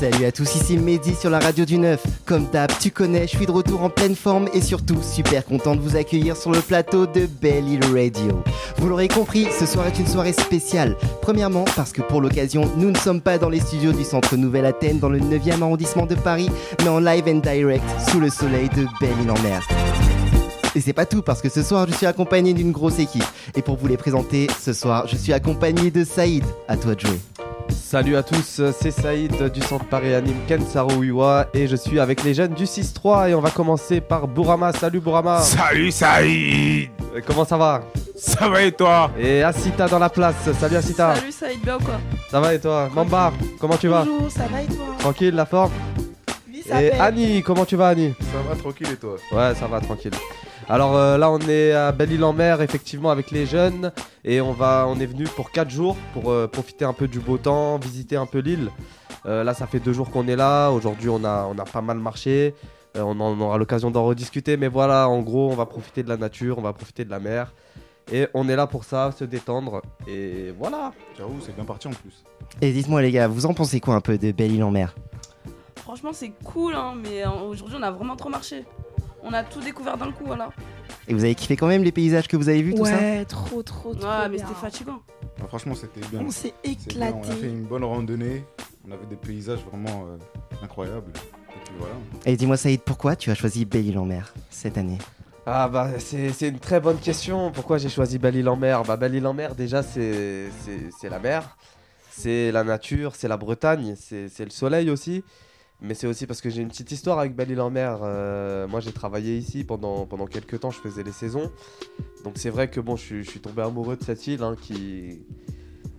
Salut à tous, ici Mehdi sur la radio du 9. Comme d'hab, tu connais, je suis de retour en pleine forme et surtout super content de vous accueillir sur le plateau de Belle Île Radio. Vous l'aurez compris, ce soir est une soirée spéciale. Premièrement, parce que pour l'occasion, nous ne sommes pas dans les studios du centre Nouvelle-Athènes dans le 9e arrondissement de Paris, mais en live and direct sous le soleil de Belle Île en mer. Et c'est pas tout parce que ce soir je suis accompagné d'une grosse équipe. Et pour vous les présenter, ce soir je suis accompagné de Saïd. À toi de jouer. Salut à tous, c'est Saïd du centre Paris Anime Kensaro Uwa et je suis avec les jeunes du 6-3 et on va commencer par Bourama. Salut Bourama, Salut Saïd Euh, comment ça va Ça va et toi Et Asita dans la place, salut Asita, Salut, ça va être bien ou quoi ça va et toi Mamba, comment tu vas Bonjour, ça va et toi Tranquille, la forme Vie, ça Et pète. Annie, comment tu vas Annie Ça va tranquille et toi Ouais, ça va, tranquille. Alors euh, là, on est à Belle-Île-en-Mer, effectivement, avec les jeunes. Et on, va, on est venu pour 4 jours pour euh, profiter un peu du beau temps, visiter un peu l'île. Euh, là, ça fait 2 jours qu'on est là. Aujourd'hui, on a, on a pas mal marché. Euh, on en aura l'occasion d'en rediscuter. Mais voilà, en gros, on va profiter de la nature, on va profiter de la mer. Et on est là pour ça, se détendre. Et voilà. J'avoue, c'est bien parti en plus. Et dites-moi les gars, vous en pensez quoi un peu de Belle Île en mer Franchement, c'est cool, hein, mais euh, aujourd'hui, on a vraiment trop marché. On a tout découvert d'un coup, voilà. Et vous avez kiffé quand même les paysages que vous avez vus, tout ça Ouais, trop, trop, trop. Ouais, mais bien. c'était fatigant. Bah, franchement, c'était bien. On s'est C'est bien, On a fait éclaté. une bonne randonnée. On avait des paysages vraiment euh, incroyables. Et puis voilà. Et dis-moi Saïd, pourquoi tu as choisi Belle Île en mer cette année Ah bah c'est c'est une très bonne question. Pourquoi j'ai choisi Belle-Île-en-Mer Bah Belle-Île-en-Mer déjà c'est c'est- c'est la mer, c'est la nature, c'est la Bretagne, c'est c'est le soleil aussi. Mais c'est aussi parce que j'ai une petite histoire avec Belle-Île-en-Mer. Euh, moi j'ai travaillé ici pendant, pendant quelques temps, je faisais les saisons. Donc c'est vrai que bon je, suis- je suis tombé amoureux de cette île hein, qui,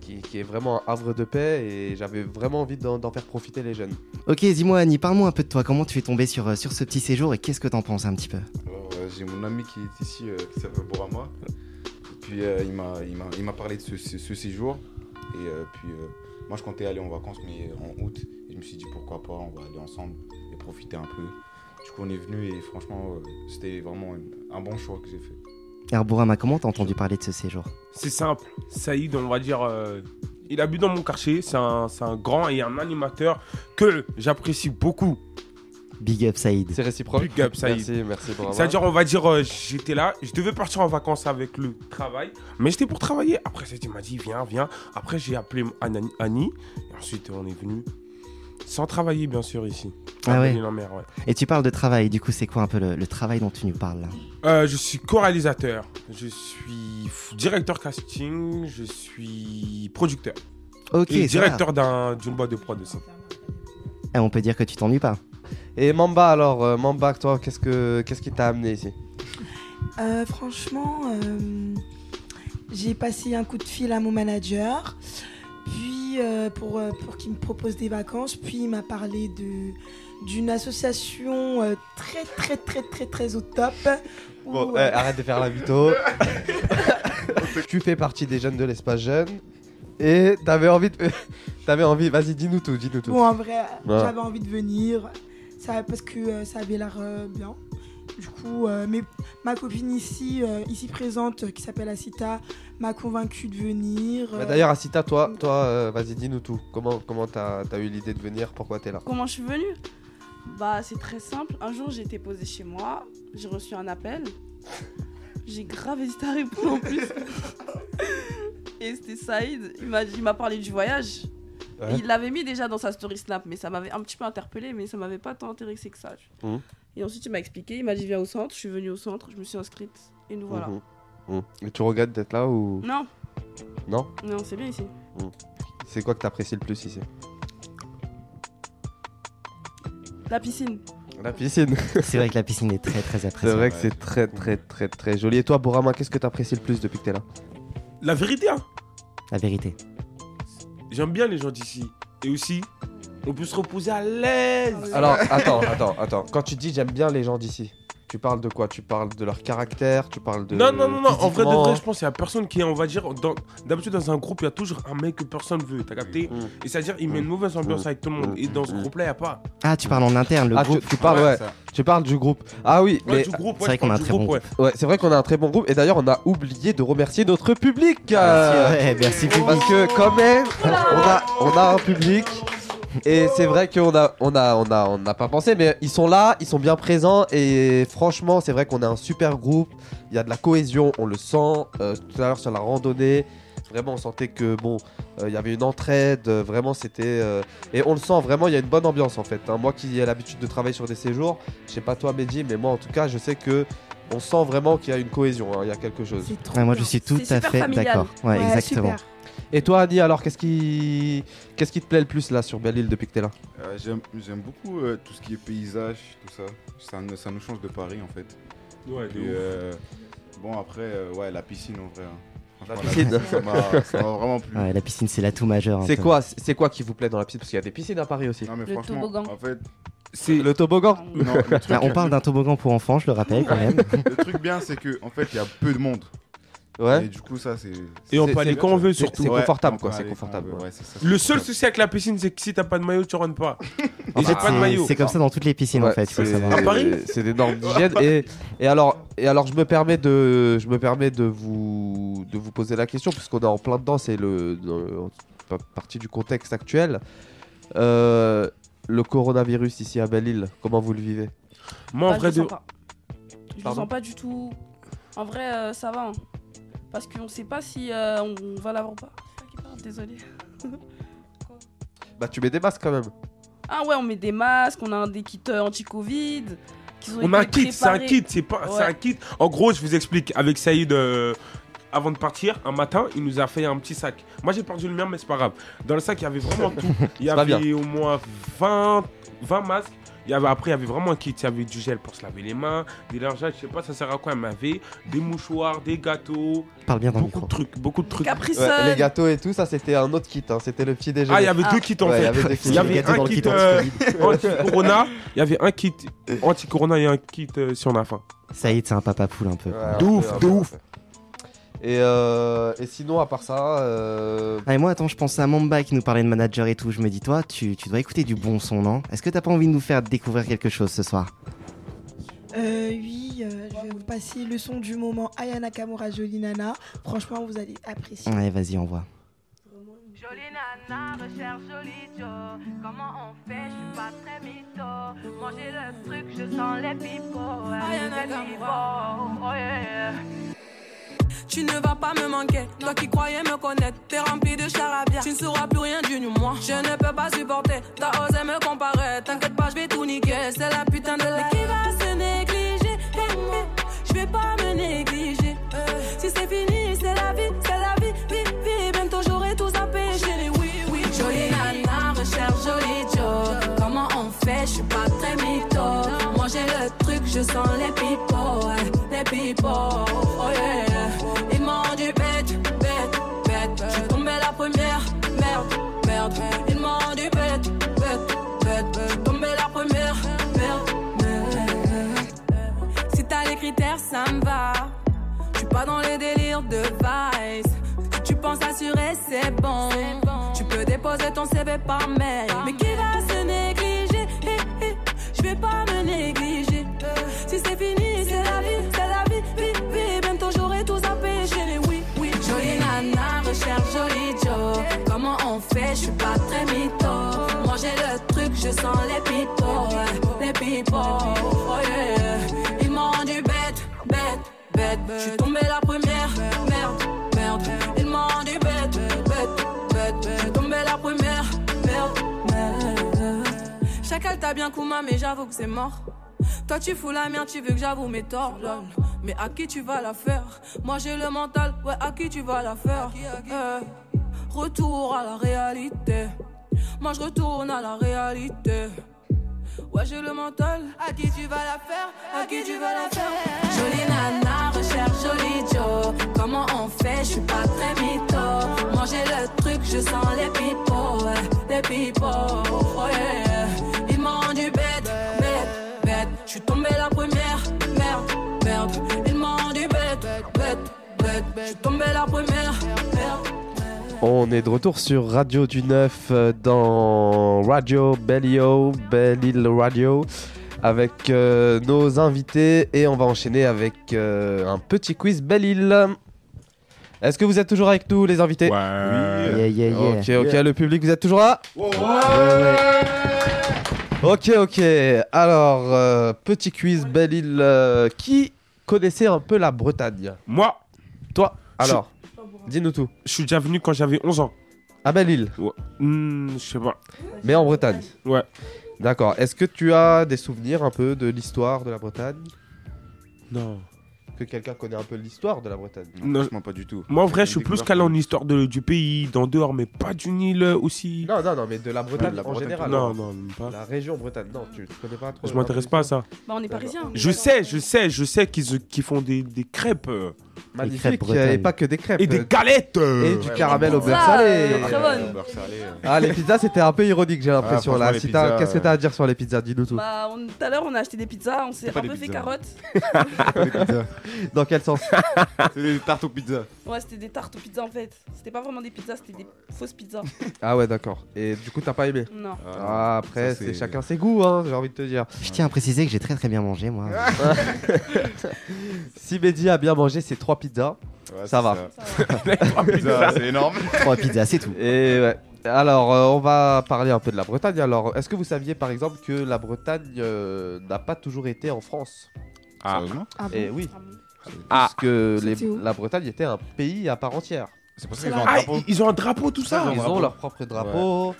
qui, qui est vraiment un havre de paix et j'avais vraiment envie d'en d'en faire profiter les jeunes. Ok, dis-moi Annie, parle-moi un peu de toi, comment tu es tombée sur, euh, sur ce petit séjour et qu'est-ce que t'en penses un petit peu Alors, euh, j'ai mon ami qui est ici, euh, qui s'appelle Borama. Et puis, euh, il m'a- il m'a- il m'a parlé de ce, ce- ce séjour. Et euh, puis, euh, moi, je comptais aller en vacances, mais en août. Et je me suis dit, pourquoi pas, on va aller ensemble et profiter un peu. Du coup, on est venu et franchement, euh, c'était vraiment une- un bon choix que j'ai fait. Herborama, comment t'as entendu parler de ce séjour C'est simple. Saïd, on va dire, euh, il habite dans mon quartier. C'est un, c'est un grand et un animateur que j'apprécie beaucoup. Big up Saïd. C'est réciproque. Big up, Saïd. Merci, merci Brahma. C'est-à-dire, on va dire, euh, j'étais là, je devais partir en vacances avec le travail, mais j'étais pour travailler. Après, Saïd il m'a dit, viens, viens. Après, j'ai appelé Anani- Annie, et ensuite, on est venu. Sans travailler, bien sûr, ici. Ah À ouais. Belle-Île-en-Mer, ouais. Et tu parles de travail, du coup c'est quoi un peu le, le travail dont tu nous parles là Euh, je suis co-réalisateur, je suis f- directeur casting, je suis producteur Ok, et ça va. directeur d'un- d'une boîte de prod aussi. Eh, on peut dire que tu t'ennuies pas. Et Mamba alors, euh, Mamba toi qu'est-ce que qu'est-ce qui t'a amené ici Euh, franchement, euh, j'ai passé un coup de fil à mon manager, puis euh, pour, euh, pour qu'il me propose des vacances, puis il m'a parlé de d'une association euh, très très très très très au top. où, Bon, euh, eh, arrête de faire la vito. tu fais partie des jeunes de l'espace jeune. Et t'avais envie de. t'avais envie. Vas-y, dis-nous tout, dis-nous tout. Bon, en vrai, Bah. j'avais envie de venir. Ça, parce que euh, ça avait l'air euh, bien. Du coup, euh, mais ma copine ici, euh, ici présente, euh, qui s'appelle Asita, m'a convaincue de venir. Bah, euh, D'ailleurs, Asita, toi, toi euh, vas-y, dis-nous tout. Comment comment t'as t'as eu l'idée de venir Pourquoi t'es là Comment je suis venue Bah, c'est très simple. Un jour, j'étais posée chez moi, j'ai reçu un appel. J'ai grave hésité à répondre en plus. Et c'était Saïd, il m'a- il m'a parlé du voyage. Ouais. Il l'avait mis déjà dans sa story Snap, mais ça m'avait un petit peu interpellé, mais ça m'avait pas tant intéressé que ça. Mhm. Et ensuite, il m'a expliqué, il m'a dit viens au centre, je suis venue au centre, je me suis inscrite, et nous voilà. Mhm. Mhm. Et tu regrettes d'être là ou. Non, Non Mhm. non, c'est bien ici. C'est quoi que t'apprécies le plus ici La piscine. La piscine. C'est vrai que la piscine est très très C'est appréciée. vrai que c'est très, très, très, très joli. Et toi, Borama, qu'est-ce que t'apprécies le plus depuis que t'es là La vérité, hein, La vérité. J'aime bien les gens d'ici. Et aussi, on peut se reposer à l'aise. Alors, attends, attends, attends. Quand tu dis j'aime bien les gens d'ici, tu parles de quoi Tu parles de leur caractère Tu parles de. Non, non, non, non. En vrai, de physiquement vrai, je pense qu'il y a personne qui est, on va dire, dans- d'habitude dans un groupe, il y a toujours un mec que personne veut, t'as capté Mhm. Et c'est-à-dire, il met une mauvaise Mm. ambiance avec tout le monde. Et dans ce Mhm. groupe-là, il n'y a pas. Ah, tu parles en interne, le Ah, tu, groupe. tu parles, ouais. ça. Tu parles du groupe. Ah oui, Ouais, mais du groupe, c'est ouais, vrai je qu'on a parle un du très groupe, bon ouais. ouais, c'est vrai qu'on a un très bon groupe. Et d'ailleurs, on a oublié de remercier notre public. euh, Ouais, merci. Parce que quand même, on a, on a un public. Et c'est vrai qu'on a, on a, on a, on n'a pas pensé, mais ils sont là, ils sont bien présents et franchement, c'est vrai qu'on a un super groupe. Il y a de la cohésion, on le sent. Euh, tout à l'heure sur la randonnée, vraiment, on sentait que bon, euh, il y avait une entraide. euh, vraiment, c'était euh, et on le sent vraiment. Il y a une bonne ambiance en fait. hein. Moi qui ai l'habitude de travailler sur des séjours, je sais pas toi, Mehdi, mais moi en tout cas, je sais que on sent vraiment qu'il y a une cohésion. hein, Il y a quelque chose. C'est trop Ouais, moi, je bien. suis tout C'est à super fait familial. d'accord. Ouais, Ouais, exactement. super. Et toi, Annie, alors qu'est-ce qui, qu'est-ce qui te plaît le plus là sur Belle-Île depuis que t'es là Euh, J'aime j'aime beaucoup euh, tout ce qui est paysage, tout ça. Ça, nous- ça nous change de Paris en fait. Ouais, Puis, euh, bon, après, euh, ouais, la piscine en vrai. hein. La Franchement, piscine. ça m'a ça m'a vraiment plu. Ouais, la piscine, c'est l'atout majeur. hein, C'est Tom. quoi, c'est quoi qui vous plaît dans la piscine Parce qu'il y a des piscines à Paris aussi. Non, mais Le franchement, toboggan. en fait, C'est le toboggan. non, le, truc, Là, Bah, on parle d'un toboggan pour enfants, je le rappelle quand même. le truc bien, c'est que en fait, il y a peu de monde. Et Ouais. du coup, ça, c'est. Et on c'est- peut aller c'est- quand on veut, c'est- surtout. c'est Ouais, confortable, on quoi, peut c'est aller quand on confortable, veut, ouais. ouais, c'est ça, c'est Le seul confortable. souci avec la piscine, c'est que si t'as pas de maillot, tu rentres pas. En Et fait, j'ai pas de c'est- maillot. c'est comme ça dans toutes les piscines en Ouais, fait. il faut le c'est- savoir. À Paris C'est des normes d'hygiène. Et, et alors, et alors, je me permets de, je me permets de vous, de vous poser la question puisqu'on est en plein dedans. C'est le, dans- pa- partie du contexte actuel. Euh, le coronavirus ici à Belle-Île, comment vous le vivez Moi, en Bah, vrai, je le sens de... pas. Je le Pardon sens pas du tout. En vrai, euh, ça va. hein. Parce qu'on sait pas si euh, on on va l'avoir ou pas. C'est toi qui parles, Désolé. Bah, tu mets des masques quand même. Ah ouais, on met des masques, on a des kits euh, anti-Covid. qui ont on a un été kit, c'est un préparés. kit, c'est pas, c'est Ouais. un kit. En gros, je vous explique. Avec Saïd, euh, avant de partir, un matin, il nous a fait un petit sac. Moi, j'ai perdu le mien, mais c'est pas grave. Dans le sac, il y avait vraiment tout. Il y C'est pas bien. avait au moins 20, 20 masques. Il y avait, après, il y avait vraiment un kit. Il y avait du gel pour se laver les mains, des lingettes, je sais pas, ça sert à quoi, mais il y avait des mouchoirs, des gâteaux, Parle bien dans le beaucoup de micro. trucs, beaucoup de trucs. Capri Ouais, Sun. les gâteaux et tout, ça c'était un autre kit. hein, C'était le petit déjeuner. Ah, il y avait Ah. deux kits en Ouais, il y fait. avait C'est des Il kits. y le avait gâteau dans un le kit kit hein, euh, anti-corona, il y avait un kit anti-corona et un kit euh, si on a faim. Saïd, c'est un papa poule un peu. Ouais, De un ouf, peu, un de peu, ouf. un peu. Et, euh, et sinon, à part ça, euh, Ah, et moi, attends, je pensais à Mamba qui nous parlait de manager et tout. Je me dis, toi, tu, tu dois écouter du bon son, non Est-ce que t'as pas envie de nous faire découvrir quelque chose ce soir Euh, oui, euh, je vais vous passer le son du moment Ayana Kamura Jolie Nana. Franchement, vous allez apprécier. Ouais, vas-y, envoie. Jolie nana, recherche joli Joe. Comment on fait, je suis pas très mytho. Manger le truc, je sens les pipots. Ah, y'en a Les qu'à pipots. voir. Oh, yeah, yeah. Tu ne vas pas me manquer, toi qui croyais me connaître, t'es rempli de charabia. Tu ne sauras plus rien du nu, moi. Je ne peux pas supporter, t'as osé me comparer. T'inquiète pas, je vais tout niquer, c'est la putain de la. Qui va se négliger, Eh, je vais pas me négliger. Si c'est fini, c'est la vie, c'est la vie, vie, vie. Bientôt j'aurai tout à pécher. Oui, oui, jolie nana, recherche jolie Joe. Comment on fait, je suis pas très mytho. Manger le truc, je sens les pipos, ouais, les pipos. Oh yeah, yeah. ils m'ont rendu bête, bête, bête. Je suis tombée la première, merde, merde. Ils m'ont rendu bête, bête, bête. Je suis tombée la première, merde, merde. Si t'as les critères, ça me va. Je suis pas dans les délires de Vice. Si tu penses assurer, c'est bon. Tu peux déposer ton CV par mail. Mais qui va se négliger Hé, hé, Je vais pas me négliger. Si c'est fini, c'est la vie, c'est la vie, vie, vie. Bientôt j'aurai tout à pécher. Oui, oui. Jolie nana, recherche jolie Joe. Comment on fait Je suis pas très mytho. Manger le truc, je sens les pipos. ouais, Les pipos. Oh yeah, yeah. Ils m'ont rendu bête, bête bête, je suis tombée la première, merde, merde, ils m'ont rendu bête, bête, bête, je suis tombée la première, merde, merde. Chacal t'a bien Kouma, mais j'avoue que c'est mort. Toi tu fous la merde, tu veux que j'avoue mes torts, lol. Mais à qui tu vas la faire Moi j'ai le mental, ouais, à qui tu vas la faire Euh, Retour à la réalité, moi je retourne à la réalité. Ouais, j'ai le mental. À qui tu vas la faire À qui tu vas la faire Jolie nana, recherche jolie Joe. Comment on fait Je suis pas très mytho. Manger le truc, je sens les pipos. ouais, les pipos. Oh yeah, yeah. Ils m'ont rendu bête, bête, bête. Je suis tombée la première. Merde, merde. Ils m'ont rendu bête, bête, bête. Je suis tombée la première. Merde. On est de retour sur Radio du Neuf euh, dans Radio Bellio, Belle Île Radio, avec euh, nos invités et on va enchaîner avec euh, un petit quiz Belle Île. Est-ce que vous êtes toujours avec nous, les invités Ouais. Oh. Yeah, yeah, yeah. Ok, ok, le public, vous êtes toujours là Ok, ok. Alors, euh, petit quiz, Belle Île. euh, qui connaissait un peu la Bretagne Moi, Toi Alors, dis-nous tout. je suis déjà venu quand j'avais 11 ans. À Belle Île, Hmm, je sais pas. mais en Bretagne. Ouais. D'accord. Est-ce que tu as des souvenirs un peu de l'histoire de la Bretagne Non. Que quelqu'un connaît un peu l'histoire de la Bretagne Non. Franchement, pas du tout. Moi, en vrai, je suis Une plus découverte. calé en histoire de- du pays, d'en dehors, mais pas du Nil euh, aussi. Non, non, non, mais de la Bretagne de la en Bretagne. général. hein. non, non, même pas. La région Bretagne, non, tu ne connais pas trop. hein. Je m'intéresse pas à ça. Bah, on est D'accord. parisien. Je sais, je sais, je sais qu'ils euh, qu'ils font des, des crêpes euh, Les Magnifique, crêpes et bretonnes. pas que des crêpes. et des galettes. euh. Et du caramel au beurre Ça, salé. euh, très bonne. Beurre salé, euh. Ah, les pizzas, c'était un peu ironique, j'ai l'impression. franchement, là, les si t'as- pizzas, qu'est-ce que euh, t'as à dire sur les pizzas Dis-nous tout. Bah, on- tout à l'heure, on a acheté des pizzas, on s'est pas un des peu fait pizzas. carotte. Dans quel sens C'est des tartes aux pizzas. Ouais, c'était des tartes aux pizzas en fait. C'était pas vraiment des pizzas, c'était des fausses pizzas. Ah, ouais, d'accord. Et du coup, t'as pas aimé Non. ah, après, ça, c'est c'est- chacun ses goûts, hein, j'ai envie de te dire. Je tiens à préciser que j'ai très très bien mangé moi. Si Mehdi a bien mangé ses trois pizzas, Ouais, Ça c'est va. Ça va. Pizza, c'est énorme. Trois pizzas, c'est tout. Et ouais. Alors, euh, on va parler un peu de la Bretagne. Alors, est-ce que vous saviez par exemple que la Bretagne euh, n'a pas toujours été en France Ah. Sérieusement Ah bon Et oui, Ah bon. parce Ah. que les- C'était où la Bretagne était un pays à part entière. C'est pour ça qu'ils ont un Ah, drapeau. ils- ils ont un drapeau, tout ça. Ils ont un Ils ont drapeau. leur propre drapeau.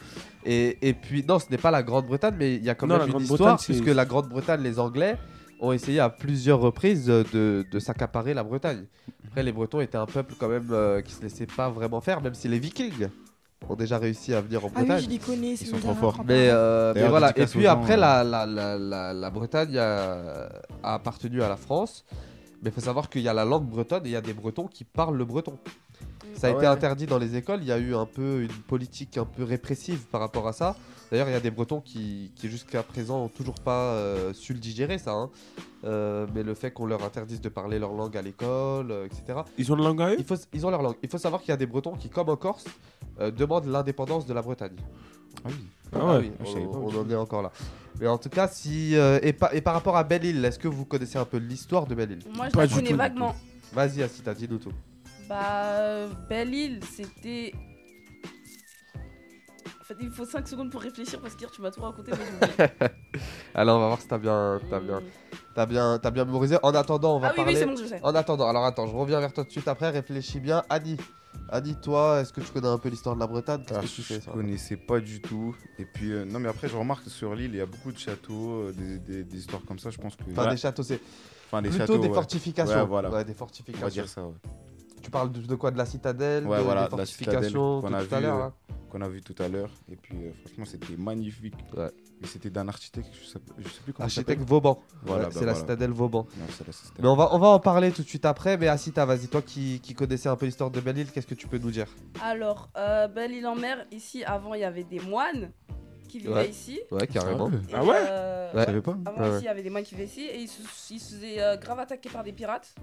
Et, et puis, non, ce n'est pas la Grande-Bretagne, mais il y a quand Non, même la une Grande-Bretagne, histoire, c'est- puisque la Grande-Bretagne, les Anglais ont essayé à plusieurs reprises de, de s'accaparer la Bretagne. Après, les Bretons étaient un peuple quand même euh, qui se laissait pas vraiment faire, même si les Vikings ont déjà réussi à venir en Ah oui, Bretagne. je les connais, c'est Ils sont mes trop amis, forts. franchement. Mais, euh, mais D'ailleurs, voilà, et dédicace puis aux gens, après, euh. la, la, la, la, la Bretagne a, a appartenu à la France. Mais il faut savoir qu'il y a la langue bretonne et il y a des Bretons qui parlent le breton. Ça a Ah été ouais. interdit dans les écoles, il y a eu un peu une politique un peu répressive par rapport à ça. D'ailleurs, il y a des Bretons qui, qui jusqu'à présent ont toujours pas euh, su le digérer, ça. hein. Euh, mais le fait qu'on leur interdise de parler leur langue à l'école, euh, etc. Ils ont le langue à eux Il faut, ils ont leur langue. Il faut savoir qu'il y a des Bretons qui, comme en Corse, euh, demandent l'indépendance de la Bretagne. Ah oui. Ah Ah ouais. oui, je on, savais pas, on ok. en est encore là. Mais en tout cas, si euh, et, par- et par rapport à Belle Île, est-ce que vous connaissez un peu l'histoire de Belle Île Moi, je Pas la du connais tout, du vaguement. Vas-y, Asita, dis-nous tout. Bah, euh, Belle Île, c'était. En fait, il faut 5 secondes pour réfléchir parce que tu m'as tout raconté. Mais j'ai oublié. Alors, on va voir si t'as bien, t'as bien, t'as bien, t'as bien mémorisé. En attendant, on va Ah oui, parler. oui, c'est bon, je sais. En attendant, alors attends, je reviens vers toi tout de suite après. Réfléchis bien, Annie. Annie, toi, est-ce que tu connais un peu l'histoire de la Bretagne Qu'est-ce Ah, que tu sais je ça connaissais pas du tout. Et puis, euh, non, mais après, je remarque que sur l'île, il y a beaucoup de châteaux, euh, des, des- des histoires comme ça. Je pense que. Enfin, Ouais. des châteaux, c'est Enfin, des plutôt châteaux, des ouais. fortifications. Ouais, voilà. Ouais, des On va fortifications. dire ça, ouais. Tu parles de, de quoi De la citadelle Ouais, de, voilà, des de la fortifications citadelle qu'on a de tout à vue, l'heure. euh, hein. Qu'on a vu tout à l'heure. Et puis, euh, franchement, c'était magnifique. Ouais. Mais c'était d'un architecte, je sais, je sais plus comment il Architecte s'appelle. Vauban. Voilà, Ouais, bah c'est la voilà. citadelle Vauban. Non, c'est la citadelle. Mais on va, on va en parler tout de suite après. Mais Asita, vas-y, toi qui, qui connaissais un peu l'histoire de Belle-Île, qu'est-ce que tu peux nous dire Alors, euh, Belle Île en mer, ici, avant, il y avait des moines qui vivaient Ouais. ici. Ouais, carrément. Ah ouais, Ah ouais euh, Ouais. Je savais pas. Avant, Ouais, ici, ouais. il y avait des moines qui vivaient ici et ils se, ils se faisaient euh, grave attaquer par des pirates.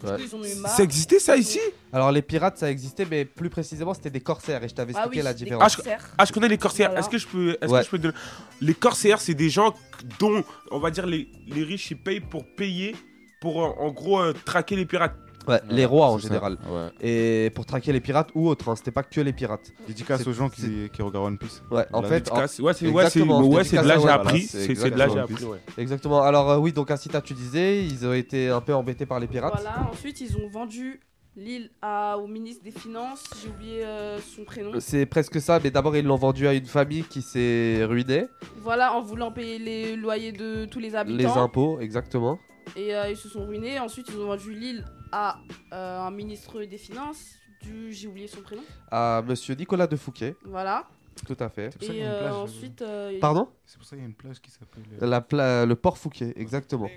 Parce Ouais. qu'ils en ont eu marre. Ça existait ça ici Alors, les pirates, ça existait, mais plus précisément, c'était des corsaires. Et je t'avais Ah expliqué oui, la des différence. Ah, je- corsaires. Ah, je connais les corsaires. Voilà. Est-ce que je peux. Est-ce Ouais. que je peux donner- Les corsaires, c'est des gens que- dont, on va dire, les, les riches, ils payent pour payer, pour euh, en gros euh, traquer les pirates. Ouais, les rois en C'est ça. général. Ouais. Et pour traquer les pirates ou autres, hein, c'était pas que les pirates. Dédicace C'est- aux gens qui, qui regardent One Piece. Ouais, en La fait, en- Casse- Ouais, c'est ouais, c'est- Exactement, ouais, c'est c'est de là que j'ai voilà, appris. c'est C'est c'est de là que j'ai exactement. appris. ouais. exactement. Alors, euh, oui, donc Asita, tu disais, ils ont été un peu embêtés par les pirates. Voilà, ensuite, ils ont vendu l'île à- au ministre des Finances. J'ai oublié euh, son prénom. C'est presque ça, mais d'abord, ils l'ont vendu à une famille qui s'est ruinée. Voilà, en voulant payer les loyers de tous les Les habitants. impôts, exactement. Et euh, ils se sont ruinés. Ensuite, ils ont vendu l'île à euh, un ministre des Finances. Du... J'ai oublié son prénom. À monsieur Nicolas de Fouquet, Voilà. tout à fait. C'est pour ça qu'il y Et a une euh, plage, euh, ensuite, euh, ils- Pardon C'est pour ça qu'il y a une plage qui s'appelle. euh, La pla- Le port Fouquet, exactement.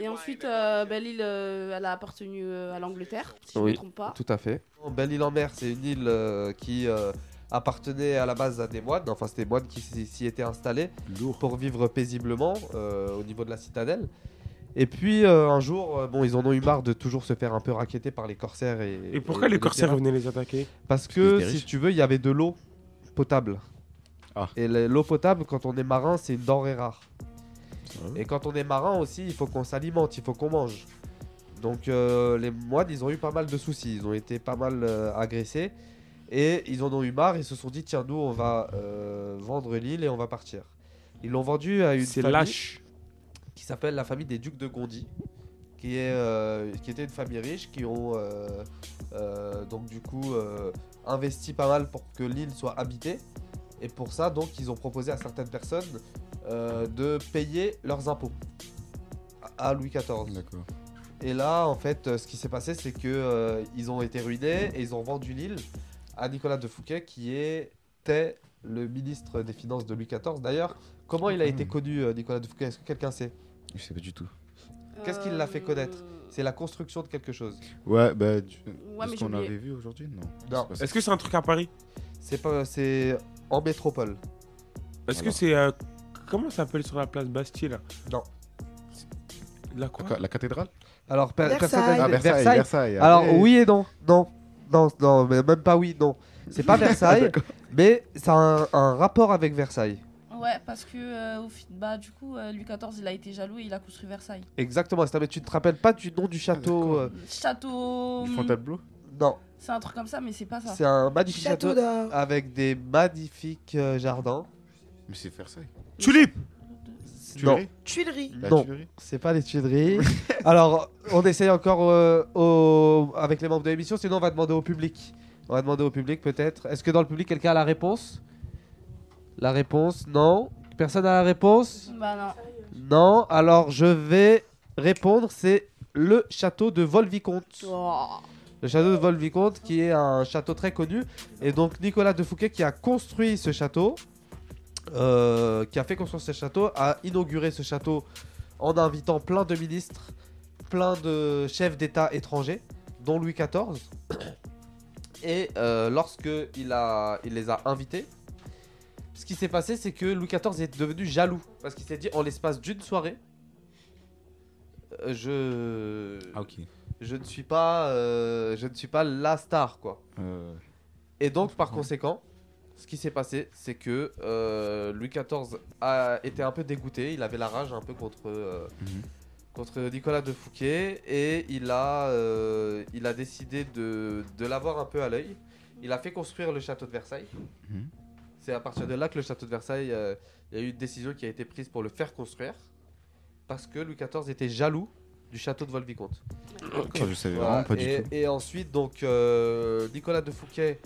Et ensuite, euh, bah, l'île, euh, elle a appartenu euh, à l'Angleterre, si je ne Oui. me trompe pas. Tout à fait. Belle-Île-en-Mer, c'est une île euh, qui euh, appartenait à la base à des moines. Enfin, c'était des moines qui s'y s'y étaient installés pour vivre paisiblement euh, au niveau de la citadelle. Et puis euh, un jour, euh, bon, ils en ont eu marre de toujours se faire un peu raqueter par les corsaires et. Et pourquoi les corsaires pirates. venaient les attaquer Parce qu'ils que étaient si riches. tu veux, il y avait de l'eau potable. Ah. Et le- l'eau potable, quand on est marin, c'est une denrée rare. Ah. Et quand on est marin aussi, il faut qu'on s'alimente, il faut qu'on mange. Donc euh, les moines, ils ont eu pas mal de soucis, ils ont été pas mal euh, agressés. Et ils en ont eu marre, ils se sont dit, tiens, nous, on va euh, vendre l'île et on va partir. Ils l'ont vendue à une C'est famille lâche. qui s'appelle la famille des ducs de Gondi, qui, est, euh, qui était une famille riche, qui ont euh, euh, donc du coup euh, investi pas mal pour que l'île soit habitée. Et pour ça, donc, ils ont proposé à certaines personnes euh, de payer leurs impôts à à Louis XIV. D'accord. Et là, en fait, euh, ce qui s'est passé, c'est que euh, ils ont été ruinés et ils ont vendu l'île à Nicolas de Fouquet, qui était le ministre des Finances de Louis XIV. D'ailleurs, comment il a été connu, euh, Nicolas de Fouquet Est-ce que quelqu'un sait Je sais pas du tout. Qu'est-ce qui l'a fait connaître C'est la construction de quelque chose. Ouais, bah. Du... Ouais, de mais ce j'ai qu'on oublié. avait vu aujourd'hui Non. Non. C'est pas ça. Est-ce que c'est un truc à Paris C'est pas, c'est en métropole. Est-ce que Alors. c'est. euh, comment ça s'appelle sur la place Bastille là Non. La La quoi ca- La cathédrale Alors, per- Versailles. personne n'a Ah, idée. Versailles. Versailles. Versailles. Alors, allez. oui et non. Non, non, non, mais même pas oui, non. C'est pas Versailles, mais ça a un- un rapport avec Versailles. Ouais, parce que euh, au fi- bah, du coup, euh, Louis XIV, il a été jaloux et il a construit Versailles. Exactement, c'est- mais tu te rappelles pas du nom du château euh, Château. hum, Ils font tableau Non, C'est un truc comme ça, mais c'est pas ça. c'est un magnifique château, Château d'or. avec des magnifiques euh, jardins. Mais c'est Versailles. Tulipe non, Tuileries Tuileries. La Non. Tuilerie c'est pas les Tuileries. Alors, on essaye encore euh, au- avec les membres de l'émission, sinon on va demander au public. On va demander au public peut-être. Est-ce que dans le public quelqu'un a la réponse La réponse, non. Personne a la réponse Bah non. Non. Alors je vais répondre, c'est le château de Volvicomte. Oh. Le château de Volvicomte, qui est un château très connu, et donc Nicolas de Fouquet, qui a construit ce château, euh, qui a fait construire ce château, a inauguré ce château en invitant plein de ministres, plein de chefs d'État étrangers, dont Louis XIV. Et euh, lorsque il, a, il les a invités, ce qui s'est passé, c'est que Louis XIV est devenu jaloux, parce qu'il s'est dit, en l'espace d'une soirée, euh, je Ah, ok. je ne suis pas euh, je ne suis pas la star quoi Euh, et donc par conséquent ce qui s'est passé c'est que euh, Louis XIV a été un peu dégoûté il avait la rage un peu contre euh, Mhm. contre Nicolas de Fouquet et il a euh, il a décidé de de l'avoir un peu à l'œil il a fait construire le château de Versailles Mhm. c'est à partir de là que le château de Versailles euh, il y a eu une décision qui a été prise pour le faire construire parce que Louis XIV était jaloux du château de Volvicomte ah, je savais voilà, vraiment pas du et, tout. et ensuite, donc, euh, Nicolas de Fouquet,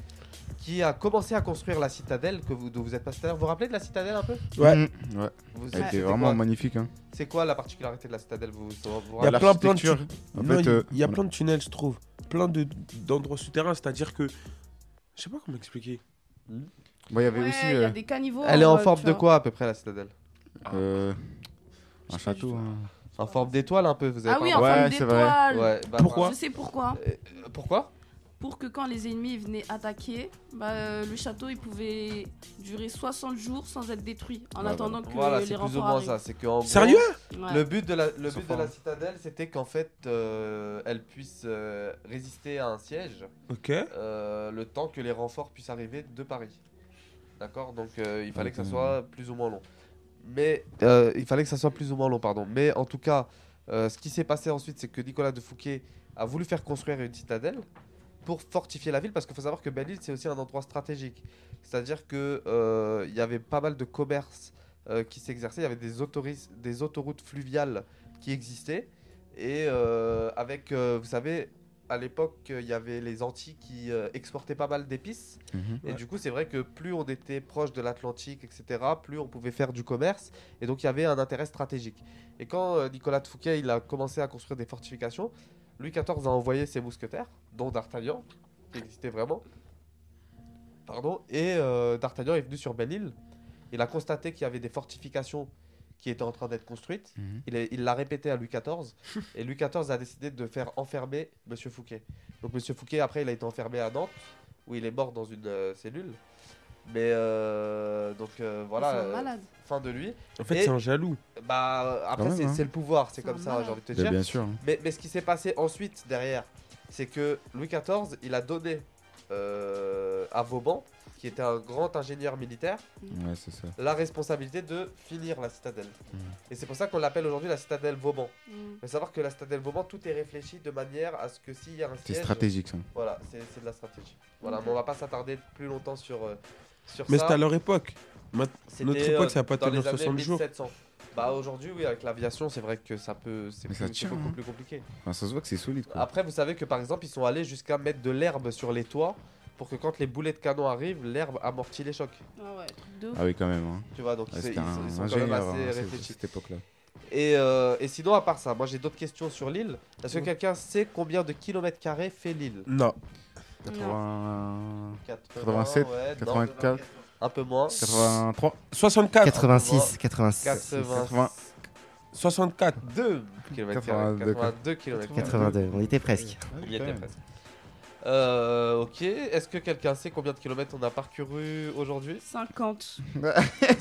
qui a commencé à construire la citadelle que vous, dont vous êtes passé à l'heure. Vous vous rappelez de la citadelle un peu Ouais. Vous- Elle c'était était vraiment quoi- magnifique. Hein. C'est quoi la particularité de la citadelle vous, vous, vous Il y rappelez a plein, plein de L'architecture, En Non, fait, il euh, il y a on plein de tunnels, je trouve. Plein de- d'endroits souterrains, c'est-à-dire que. Je sais pas comment expliquer. Hmm. Bon, il y avait Ouais, aussi il y euh, a des caniveaux. Elle est en euh, forme tu de vois. Ah. quoi à peu près la citadelle euh, Je un sais pas château. du tout. hein. En forme d'étoile un peu, vous avez Ah pas oui, en remarqué Ouais, forme c'est vrai. d'étoile. Ouais, bah, Pourquoi Je sais pourquoi. bah, Pourquoi Pour que quand les ennemis venaient attaquer, bah, euh, le château il pouvait durer 60 jours sans être détruit en Ouais, attendant que Voilà, les c'est plus ou renforts moins arrivent. ça. C'est que en gros, Sérieux Ouais. Le but de la, le Sauf but de la hein. en- citadelle, c'était qu'en fait, euh, elle puisse euh, résister à un siège. Ok. euh, le temps que les renforts puissent arriver de Paris. D'accord Donc euh, il fallait que ça Mmh. Mhm. soit plus ou moins long. Mais euh, il fallait que ça soit plus ou moins long, pardon. Mais en tout cas, euh, ce qui s'est passé ensuite, c'est que Nicolas de Fouquet a voulu faire construire une citadelle pour fortifier la ville, parce qu'il faut savoir que Belle-Île, c'est aussi un endroit stratégique. C'est-à-dire que euh, il y avait pas mal de commerces euh, qui s'exerçaient, il y avait des, autoris- des autoroutes fluviales qui existaient. Et euh, avec, euh, vous savez, à l'époque, euh, il y avait les Antilles qui euh, exportaient pas mal d'épices. Mhm. Et du coup, c'est vrai que plus on était proche de l'Atlantique, etc., plus on pouvait faire du commerce. Et donc, il y avait un intérêt stratégique. Et quand euh, Nicolas de Fouquet il a commencé à construire des fortifications, Louis XIV a envoyé ses mousquetaires, dont D'Artagnan, qui existait vraiment. Pardon. Et euh, D'Artagnan est venu sur Belle-Île. Il a constaté qu'il y avait des fortifications qui étaient en train d'être construites. Mhm. Il est- Il l'a répété à Louis XIV. et Louis XIV a décidé de faire enfermer Monsieur Fouquet. Donc Monsieur Fouquet, après, il a été enfermé à Nantes, où il est mort dans une euh, cellule. Mais euh, donc euh, voilà, C'est un euh, malade. fin de lui. En fait, Et- c'est un jaloux. Bah euh, après, même, c'est hein. c'est le pouvoir, c'est C'est comme un ça, malade. j'ai envie de te Bah, dire. bien sûr. hein. Mais, mais ce qui s'est passé ensuite derrière, c'est que Louis XIV, il a donné euh, euh, à Vauban, qui était un grand ingénieur militaire, Ouais, c'est ça. la responsabilité de finir la citadelle. Hmm. Et c'est pour ça qu'on l'appelle aujourd'hui la citadelle Vauban. Mm. Mais savoir que la citadelle Vauban, tout est réfléchi de manière à ce que s'il y a un C'est siège... stratégique, ça. Voilà, c'est c'est de la stratégie. Voilà, mais on va pas s'attarder plus longtemps sur, euh, sur Mais ça. c'était à leur époque. Mat- C'était, euh, notre époque, ça va pas dans tenir les années 60 jours. 1700. Bah aujourd'hui, oui, avec l'aviation, c'est vrai que ça peut... C'est Mais ça plus- c'est tient, beaucoup hein. plus compliqué. Enfin, ça se voit que c'est solide, quoi. Après, vous savez que par exemple, ils sont allés jusqu'à mettre de l'herbe sur les toits pour que quand les boulets de canon arrivent, l'herbe amortit les chocs. Ah ouais, truc de ouf. Ah oui, quand même. Hein. Tu vois, donc Ouais, ils, c'était ils sont- un ils sont quand même ingénieur assez hein, c'est- réfléchis. cette époque-là. Et, euh, et sinon, à part ça, moi j'ai d'autres questions sur l'île. Est-ce que quelqu'un sait combien de kilomètres carrés fait l'île Non. 80... 87, 87, ouais, non, 84, un peu moins. 83. 64. 86, 86, 80, 64. 82 kilomètres carrés. 82, 82 kilomètres carrés. 82, on était presque. Il y était presque. Euh, ok, est-ce que quelqu'un sait combien de kilomètres on a parcouru aujourd'hui 50.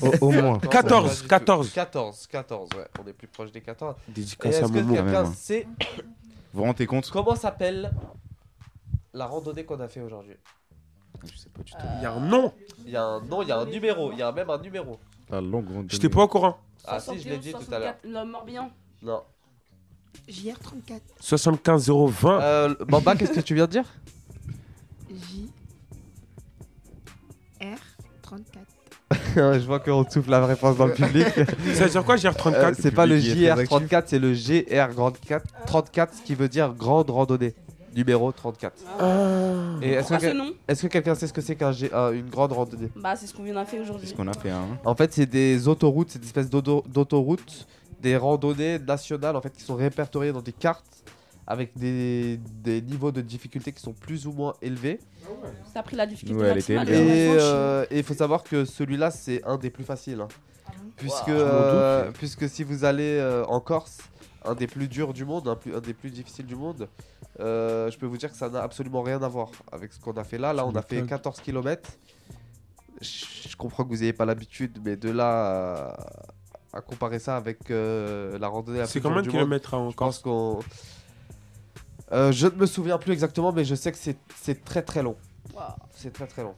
Au, au moins. Non, 14, pas du tout. 14. 14, 14, ouais, on est plus proche des 14. Et Dédicace est-ce à que Momo. quand quelqu'un même, hein. sait Vous vous rendez compte comment s'appelle la randonnée qu'on a fait aujourd'hui Je sais pas du tout. Il y a un nom. Il y a un nom, il y a un numéro, il y a même un numéro. La longue ronde. J'étais pas au courant. Ah si, je l'ai dit tout à l'heure. 64, Le Morbihan. Non. JR34. 75 020. Euh, Bamba, qu'est-ce que tu viens de dire JR34. Je vois qu'on souffle la réponse dans le public. Ça veut dire quoi, Euh, GR34 c'est pas le public est très JR34, c'est le GR34, 34, ce qui veut dire grande randonnée. Numéro 34. Ah. Et est-ce que, Pourquoi ce quel- nom est-ce que quelqu'un sait ce que c'est qu'un G- un- une grande randonnée Bah, c'est ce qu'on vient d'en faire C'est aujourd'hui. ce qu'on a fait, hein. En fait, c'est des autoroutes, c'est des espèces d'auto- d'autoroutes, des randonnées nationales en fait qui sont répertoriées dans des cartes avec des, des niveaux de difficulté qui sont plus ou moins élevés. T'as pris la difficulté Ouais, elle était maximale. Ah, élevée. Ah Et hein. euh, Et euh, il on va faut savoir que celui-là, c'est un des plus faciles. hein. Ah Puisque, m'en doute, euh, puisque si vous allez euh, en Corse, un des plus durs du monde, un, plus- un des plus difficiles du monde, euh, je peux vous dire que ça n'a absolument rien à voir avec ce qu'on a fait là. Là, on a fait m'étonnes. 14 km. Je je comprends que vous n'ayez pas l'habitude, mais de là à, à comparer ça avec euh, la randonnée la C'est plus combien dure de du monde, kilomètres hein, je encore pense qu'on. Euh, je ne me souviens plus exactement, mais je sais que c'est- c'est très très long. Waouh. C'est très très long.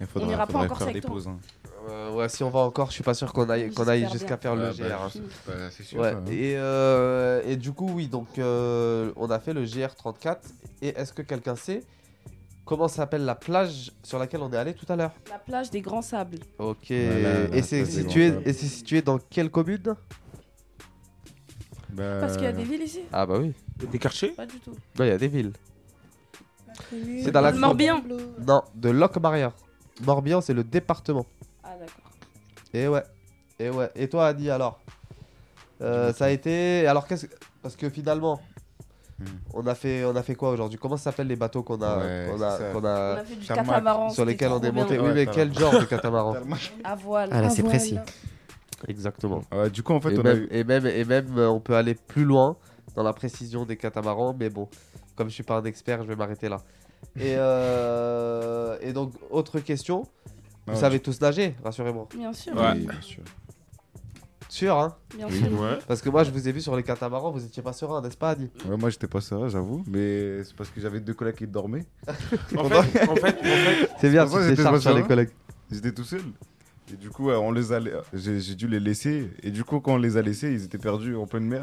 Il faudrait, On ira pas faudrait encore faire avec des toi. pauses. Hein. Euh, ouais, si on va encore, je suis pas sûr qu'on aille, qu'on aille J'espère jusqu'à faire le Ouais, GR. bah, hein. bah, c'est sûr. Ouais, ça, hein. et, euh, et du coup, oui, donc euh, on a fait le GR34. Et est-ce que quelqu'un sait comment s'appelle la plage sur laquelle on est allé tout à l'heure La plage des Grands Sables. Bah, Ok, Voilà, la et c'est plage des situé, Grands Sables. et c'est situé dans quelle commune Bah, Parce qu'il y a des villes ici Ah bah oui, Bah, Des quartiers Pas du tout. il y a des villes. C'est dans la Le Morbihan. Non, de Locmaria. Morbihan, c'est le département. Ah, d'accord. Et ouais, et ouais. Et toi, Annie, alors Euh, Ça a été. Alors, qu'est-ce que- Parce que finalement, Hmm. on, a fait, on a fait quoi aujourd'hui Comment s'appellent les bateaux qu'on a, Ouais, qu'on a, c'est ça. qu'on a- On a fait du Fermat, catamaran. sur lesquels on c'était est trop monté bien. Oui, Ouais, mais voilà. quel genre de catamaran À voile. Ah là, c'est voilà. précis. Exactement. Ah, du coup, en fait, et, on a même, eu. et, même, et même, euh, on peut aller plus loin dans la précision des catamarans, mais bon, comme je suis pas un expert, je vais m'arrêter là. Et, euh, et donc, autre question. Vous Ah, savez tous nager, rassurez-moi. Bien sûr. Ah, Ouais. Oui, bien sûr. Sûr, hein Bien Oui. sûr. Ouais. Parce que moi, je vous ai vu sur les catamarans, vous étiez pas serein, n'est-ce pas, Annie Ouais, moi, j'étais pas ça, j'avoue. Mais c'est parce que j'avais deux collègues qui dormaient. En fait, en fait, en fait, C'est bien, Pour ça, tu j'étais décharges pas sur les serein. collègues. J'étais tout seul. Et du coup, euh, on les a... la- j'ai j'ai dû les laisser. Et du coup, quand on les a laissés, ils étaient perdus en pleine mer.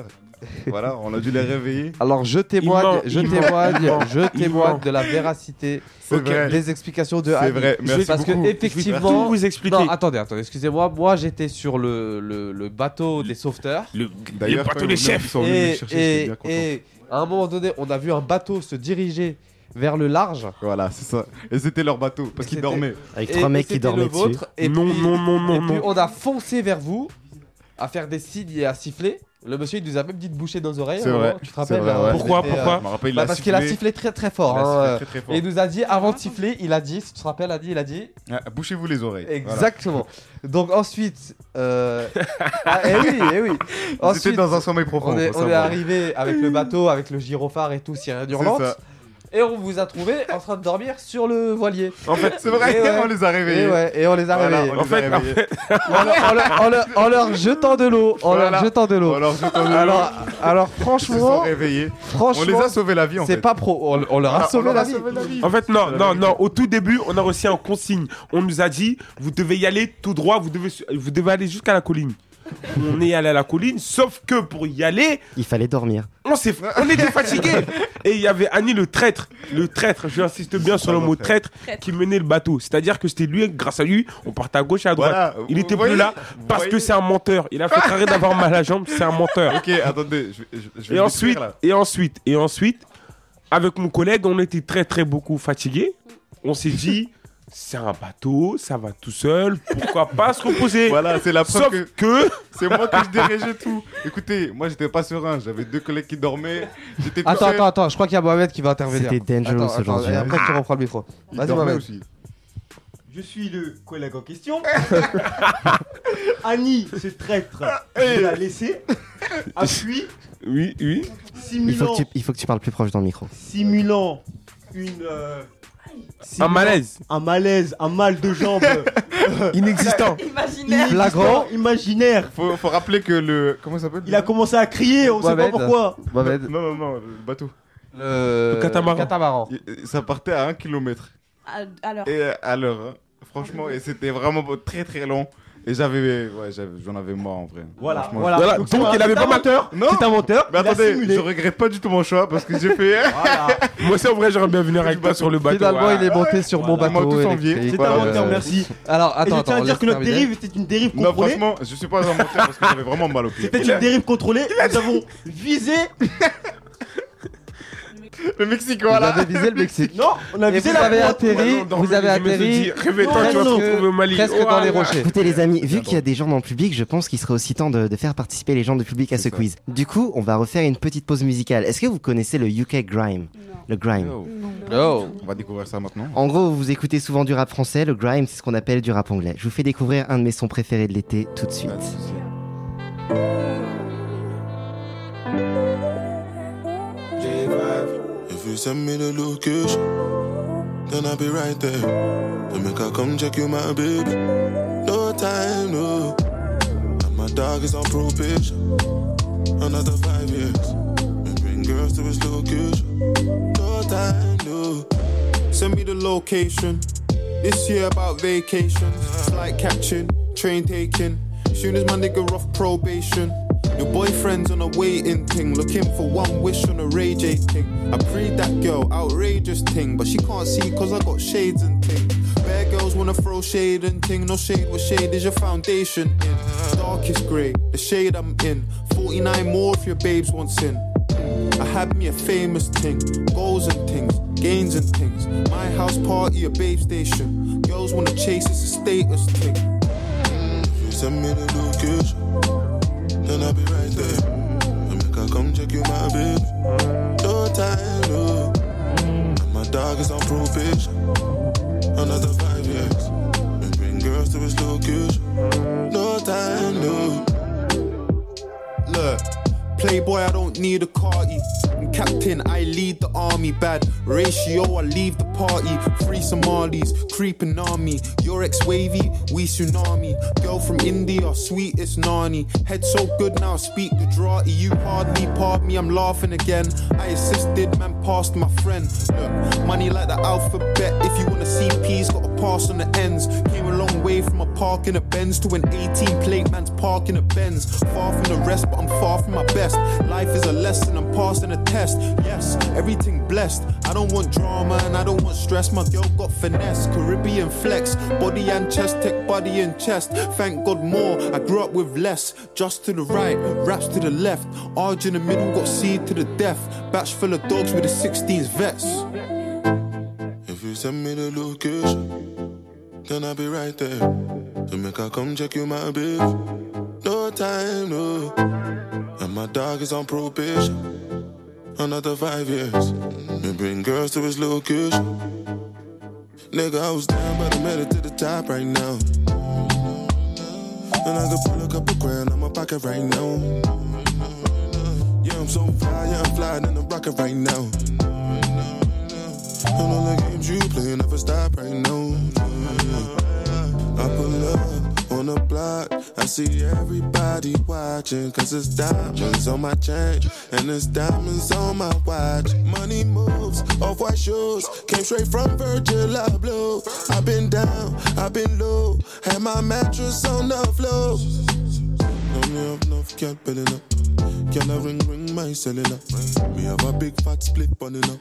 voilà, on a dû les réveiller. Alors je témoigne, ment, je il témoigne, ment, je il témoigne ment. de la véracité C'est Ok, vrai. des explications de C'est Annie. vrai. Merci Parce que beaucoup. je vais effectivement, tout vous expliquer. non, attendez, attendez, excusez-moi, moi j'étais sur le, le, le bateau des sauveteurs le, le D'ailleurs, bateau quand des ils sont chefs. venus me et, chercher, j'étais et, bien content. et à un moment donné, on a vu un bateau se diriger vers le large. Voilà, c'est ça. Et c'était leur bateau, parce Et qu'ils c'était- dormaient. Avec et- trois et mecs c'était qui dormaient le dessus. vôtre, et non, puis- non, non, Et non, puis non. on a foncé vers vous à faire des signes et à siffler. Le monsieur il nous a même dit de boucher nos oreilles. C'est à un vrai, moment, Eh, Tu te c'est rappelles vrai, euh, ouais. on Pourquoi, était, euh, pourquoi Je me rappelle, il bah, a Parce qu'il a sifflé. sifflé très très Il fort. a hein, sifflé euh, très, très fort. Et il nous a dit, avant de siffler, il a dit, si tu te rappelles, Annie, il a dit. Ah, Bouchez-vous les oreilles. Voilà. Exactement. Donc ensuite. Euh... ah, eh oui, eh oui. Ils étaient Ensuite, dans un sommeil profond. on est, faut on est savoir. arrivé avec le bateau, avec le gyrophare et tout, sirène C'est hurlante. ça. Et on vous a trouvé en train de dormir sur le voilier. En fait, C'est vrai, Et ouais. on les a Et, réveillés. ouais, et on les a Voilà, réveillés. on En les a fait, en réveillés. En leur, en leur- en leur- en leur jetant de l'eau. En Voilà. leur jetant de l'eau. Alors, je t'en ai- Alors, alors ils se sont franchement, réveillés. franchement On les a sauvés la vie en c'est fait. pas pro. On, on leur a Voilà, on sauvé leur la a vie. sauvé la vie. En fait, non, C'est la non, vérité. non. Au tout début, on a reçu en consigne. On nous a dit, vous devez y aller tout droit, vous devez, vous devez aller jusqu'à la colline. On est allé à la colline, sauf que pour y aller, Il fallait dormir. on, s'est- on était fatigué. Et il y avait Annie le traître, le traître, j'insiste bien sur le mot traître, Traître. qui menait le bateau. C'est-à-dire que c'était lui, grâce à lui, on partait à gauche et à droite. Voilà, Il vous était voyez, plus là vous parce voyez. que c'est un menteur. Il a fait carré d'avoir mal à la jambe, c'est un menteur. Ok, attendez, je, vais- je- je vais Et le ensuite, décrire, là. et ensuite, et ensuite, avec mon collègue, on était très très beaucoup fatigués. On s'est dit, c'est un bateau, ça va tout seul, pourquoi pas se reposer Voilà, c'est la preuve Sauf que que, c'est moi que je dirigeais tout. Écoutez, moi j'étais pas serein, j'avais deux collègues qui dormaient. J'étais tout Attends, seul. attends, attends. Je crois qu'il y a Mohamed qui va intervenir. C'était dangerous Attends, attends, aujourd'hui. Et après, tu reprends le micro. Ils Vas-y, dormaient Mohamed. aussi. Je suis le collègue en question. Annie, ce traître, il l'a laissé. A fui, oui, oui, Il faut, simulant, que tu, il faut que tu parles plus proche dans le micro. simulant une. euh, un simulant malaise Un malaise, un mal de jambes inexistant. Imaginaire. Flagrant. imaginaire. Faut, faut rappeler que le. Comment ça s'appelle Il a commencé à crier, on sait pas Mohamed. pourquoi. Mohamed. Non, non, non, le bateau. Le, Le catamaran. Il- Ça partait à un kilomètre À- Alors, et euh, à l'heure. hein. Franchement, et c'était vraiment beau- très très long. Et j'avais. Ouais, j'avais- j'en avais marre en vrai. Voilà, Franchement, voilà. Voilà, c'est donc un- il avait c'est pas un mal- menteur. Non. C'est un menteur. Mais il a attendez, simulé. je regrette pas du tout mon choix parce que j'ai fait. hein. Voilà. Moi aussi, en vrai, j'aurais bien venir avec toi sur le bateau. Finalement, ouais. il est monté sur mon Voilà. On m'a bateau. tous envié. électrique. C'est un Voilà, menteur, euh, merci. Alors, attends, et je tiens attends, à dire on que laisse notre terminer. dérive était une dérive Non, contrôlée. franchement, je suis pas un menteur parce que j'avais vraiment mal au pied. C'était une dérive contrôlée. Nous avons visé. Le Mexique, Vous voilà. avez visé le Mexique. Non, on a Et visé vous la avez boîte. atterri, vous avez atterri Réveille-toi, tu vas te Non, retrouver au Mali. Oh presque dans les rochers. Écoutez les amis, vu qu'il y a des gens dans le public, je pense qu'il serait aussi temps de, de faire participer les gens du public à ce C'est ça. quiz. Du coup, on va refaire une petite pause musicale. Est-ce que vous connaissez le UK grime non. Le grime. Oh. No. On va découvrir ça maintenant. En gros, vous écoutez souvent du rap français, le grime c'est ce qu'on appelle du rap anglais. Je vous fais découvrir un de mes sons préférés de l'été tout de suite. If you send me the location, then I'll be right there. Jamaica, come check you, my baby. No time, no. And my dog is on probation. Another five years. And bring girls to his location. No time, no. Send me the location. This year about vacation. Flight catching, train taking. Soon as my nigga off probation. Your boyfriend's on a waiting thing, looking for one wish on a Ray J thing. I prayed that girl, outrageous thing, but she can't see cause I got shades and thing. Bare girls wanna throw shade and ting. No shade, what shade is your foundation in? Darkest grey, the shade I'm in. 49 more if your babes want sin. I had me a famous ting, goals and things, gains and things. My house party, a babe station. Girls wanna chase, it's a status thing. If you send me the location, then I'll be right there. Jamaica, come check you, my baby. No time, no. And my dog is on probation. Another five years. And bring girls to his location. No time, no. Look, playboy, I don't need a carty. I'm captain, I lead the army. Bad ratio, I leave the party. Free Somalis, creeping army. Your ex wavy, we tsunami. Girl from India, sweetest nani. Head so good now, I speak Gujarati. You hardly pardon me, I'm laughing again. I assisted, man, passed my friend. Look, money like the alphabet. If you wanna see peas, gotta pass on the ends. Came a long way from a park in a Benz to an 18 plate man's park in a Benz. Far from the rest, but I'm far from my best. Life is a lesson, I'm passing a test. Yes, everything blessed. I don't want drama and I don't want stress. My girl got finesse, Caribbean flex, body and chest, tech body and chest. Thank God more, I grew up with less. Just to the right, raps to the left. Arge in the middle, got seed to the death. Batch full of dogs with the 16s vets. If you send me the location, then I'll be right there. Jamaica, come check you, my baby. No time, no. And my dog is on probation. Another five years. We bring girls to his location. Nigga, I was down, but I made it to the top right now. And I could pull a couple grand on my pocket right now. Yeah, I'm so fly, yeah, I'm flying in the rocket right now. And all the games you play never stop right now. I pull up on the block, I see everybody watching. Cause it's diamonds on my chain, and it's diamonds on my watch. Money moves, off white shoes, came straight from Virgil Abloh. I've been down, I've been low, had my mattress on the floor. No, me up, no, can't build it up. Can I ring ring my cellular? Me have a big fat split burning up.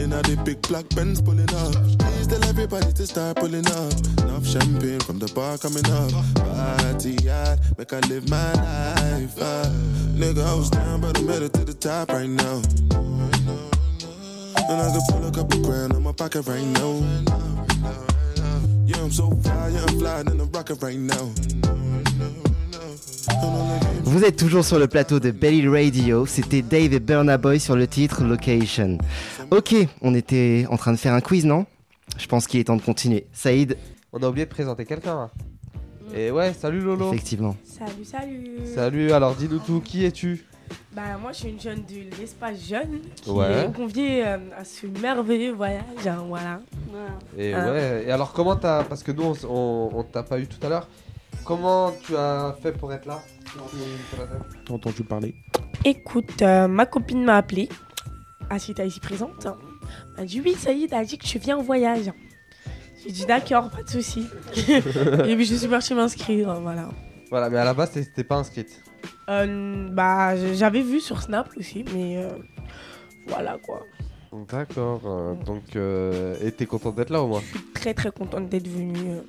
Inna the big black Benz pulling up. Please tell everybody to start pulling up. Enough champagne from the bar coming up. Party hard, make I live my life. ah. nigga, I was down, but I made it to the top right now. And I can pull a couple grand on my pocket right now. Yeah, I'm so fly, yeah, I'm flying in a rocket right now. Vous êtes toujours sur le plateau de Belly Radio, c'était Dave et Burna Boy sur le titre Location. Ok, on était en train de faire un quiz, non Je pense qu'il est temps de continuer. Saïd On a oublié de présenter quelqu'un. là. Mm. Et ouais, salut Lolo. Effectivement. Salut, salut. Salut, alors dis-nous tout, qui es-tu Bah moi je suis une jeune de l'espace jeune qui Ouais. est conviée euh, à ce merveilleux voyage. hein, voilà. Et Ah. ouais, et alors comment t'as. Parce que nous on, s- on- on t'a pas eu tout à l'heure. Comment tu as fait pour être là T'as entendu parler Écoute, euh, ma copine m'a appelé, Asita ici présente. hein. M'a dit oui, Saïd a dit que tu viens en voyage. hein. J'ai dit d'accord, pas de souci. Et puis je suis partie m'inscrire, hein, voilà. Voilà, mais à la base t'es- t'es pas inscrite. Euh, bah je- j'avais vu sur Snap aussi, mais euh, voilà quoi. D'accord, euh, donc. euh, et t'es contente d'être là au moins Très très contente d'être venue. euh,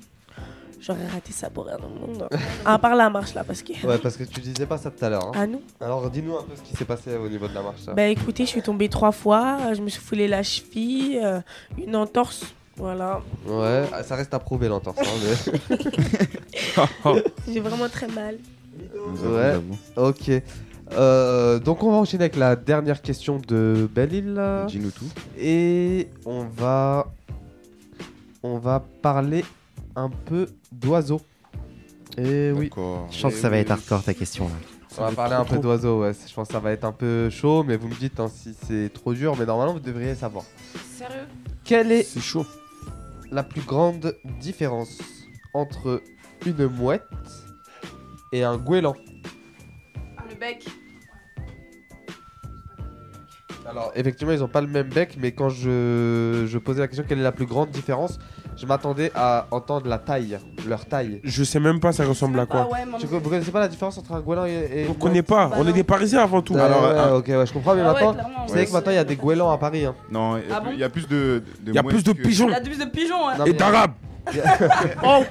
J'aurais raté ça pour rien dans le monde. À part la marche là, parce que. Ouais, parce que tu disais pas ça tout à l'heure. hein. Ah non. Alors dis-nous un peu ce qui s'est passé au niveau de la marche. là. Bah écoutez, je suis tombée trois fois, euh, je me suis foulé la cheville, euh, une entorse, voilà. Ouais, ah, ça reste à prouver l'entorse. hein, mais- J'ai vraiment très mal. Ouais, ok. Euh, donc on va enchaîner avec la dernière question de Belle Île. Dis-nous tout. Et on va on va parler un peu d'oiseaux. Et oui. Je sens que ça va être hardcore ta question là. On va parler un peu d'oiseaux. Ouais, je pense que ça va être un peu chaud, mais vous me dites hein, si c'est trop dur. Mais normalement vous devriez savoir. Sérieux Quelle est, la plus grande différence entre une mouette et un goéland Le bec. Alors effectivement ils ont pas le même bec mais quand je, je posais la question quelle est la plus grande différence je m'attendais à entendre la taille, leur taille. Je sais même pas ça ressemble à quoi. Tu co- vous connaissez pas la différence entre un goéland et, et On connaît pas, on est des Parisiens avant tout. Alors, ok, ouais, je comprends, mais Ah ouais, maintenant, clairement, vous ouais. savez que maintenant il y a des goélands à Paris. Hein. Non, il Ah bon y a plus de. Il y a plus de pigeons. Il a plus de pigeons, hein. Non, mais- oh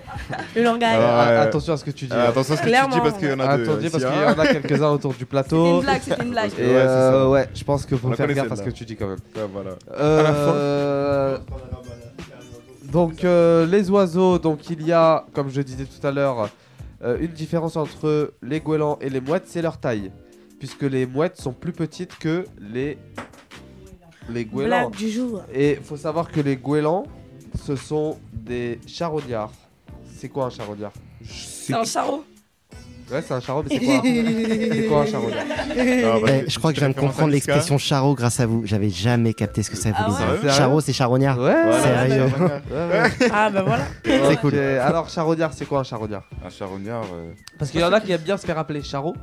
Le langage. Ah, euh, attention à ce que tu dis. euh, attention à ce que tu dis, Clairement. parce qu'il y en a deux, Attention, parce ici, qu'il y en a hein. quelques-uns autour du plateau. C'était une blague, c'était une blague. Et, Ouais, c'est ça. euh, ouais, je pense qu'il On faut la faire connaissait, gaffe à ce que celle-là. tu dis quand même. Ouais, voilà. Euh, À la fin. euh, Donc euh, les oiseaux, donc il y a, comme je disais tout à l'heure, euh, une différence entre les goélands et les mouettes, c'est leur taille, puisque les mouettes sont plus petites que les les goélands. Blague du jour. Et faut savoir que les goélands, ce sont des charognards. C'est quoi un charognard C'est un charot. Ouais, c'est un charot, mais c'est quoi un- C'est quoi un charognard Ah, bah, Eh, je crois que je viens de comprendre l'expression charot grâce à vous. J'avais jamais capté ce que ça Ah voulait ouais dire. Charot, c'est charognard. Ouais, Sérieux. Ah bah voilà. C'est cool. alors charognard, c'est quoi un charognard Un charognard. euh, Parce qu'il y en a qui aiment bien se faire appeler charot.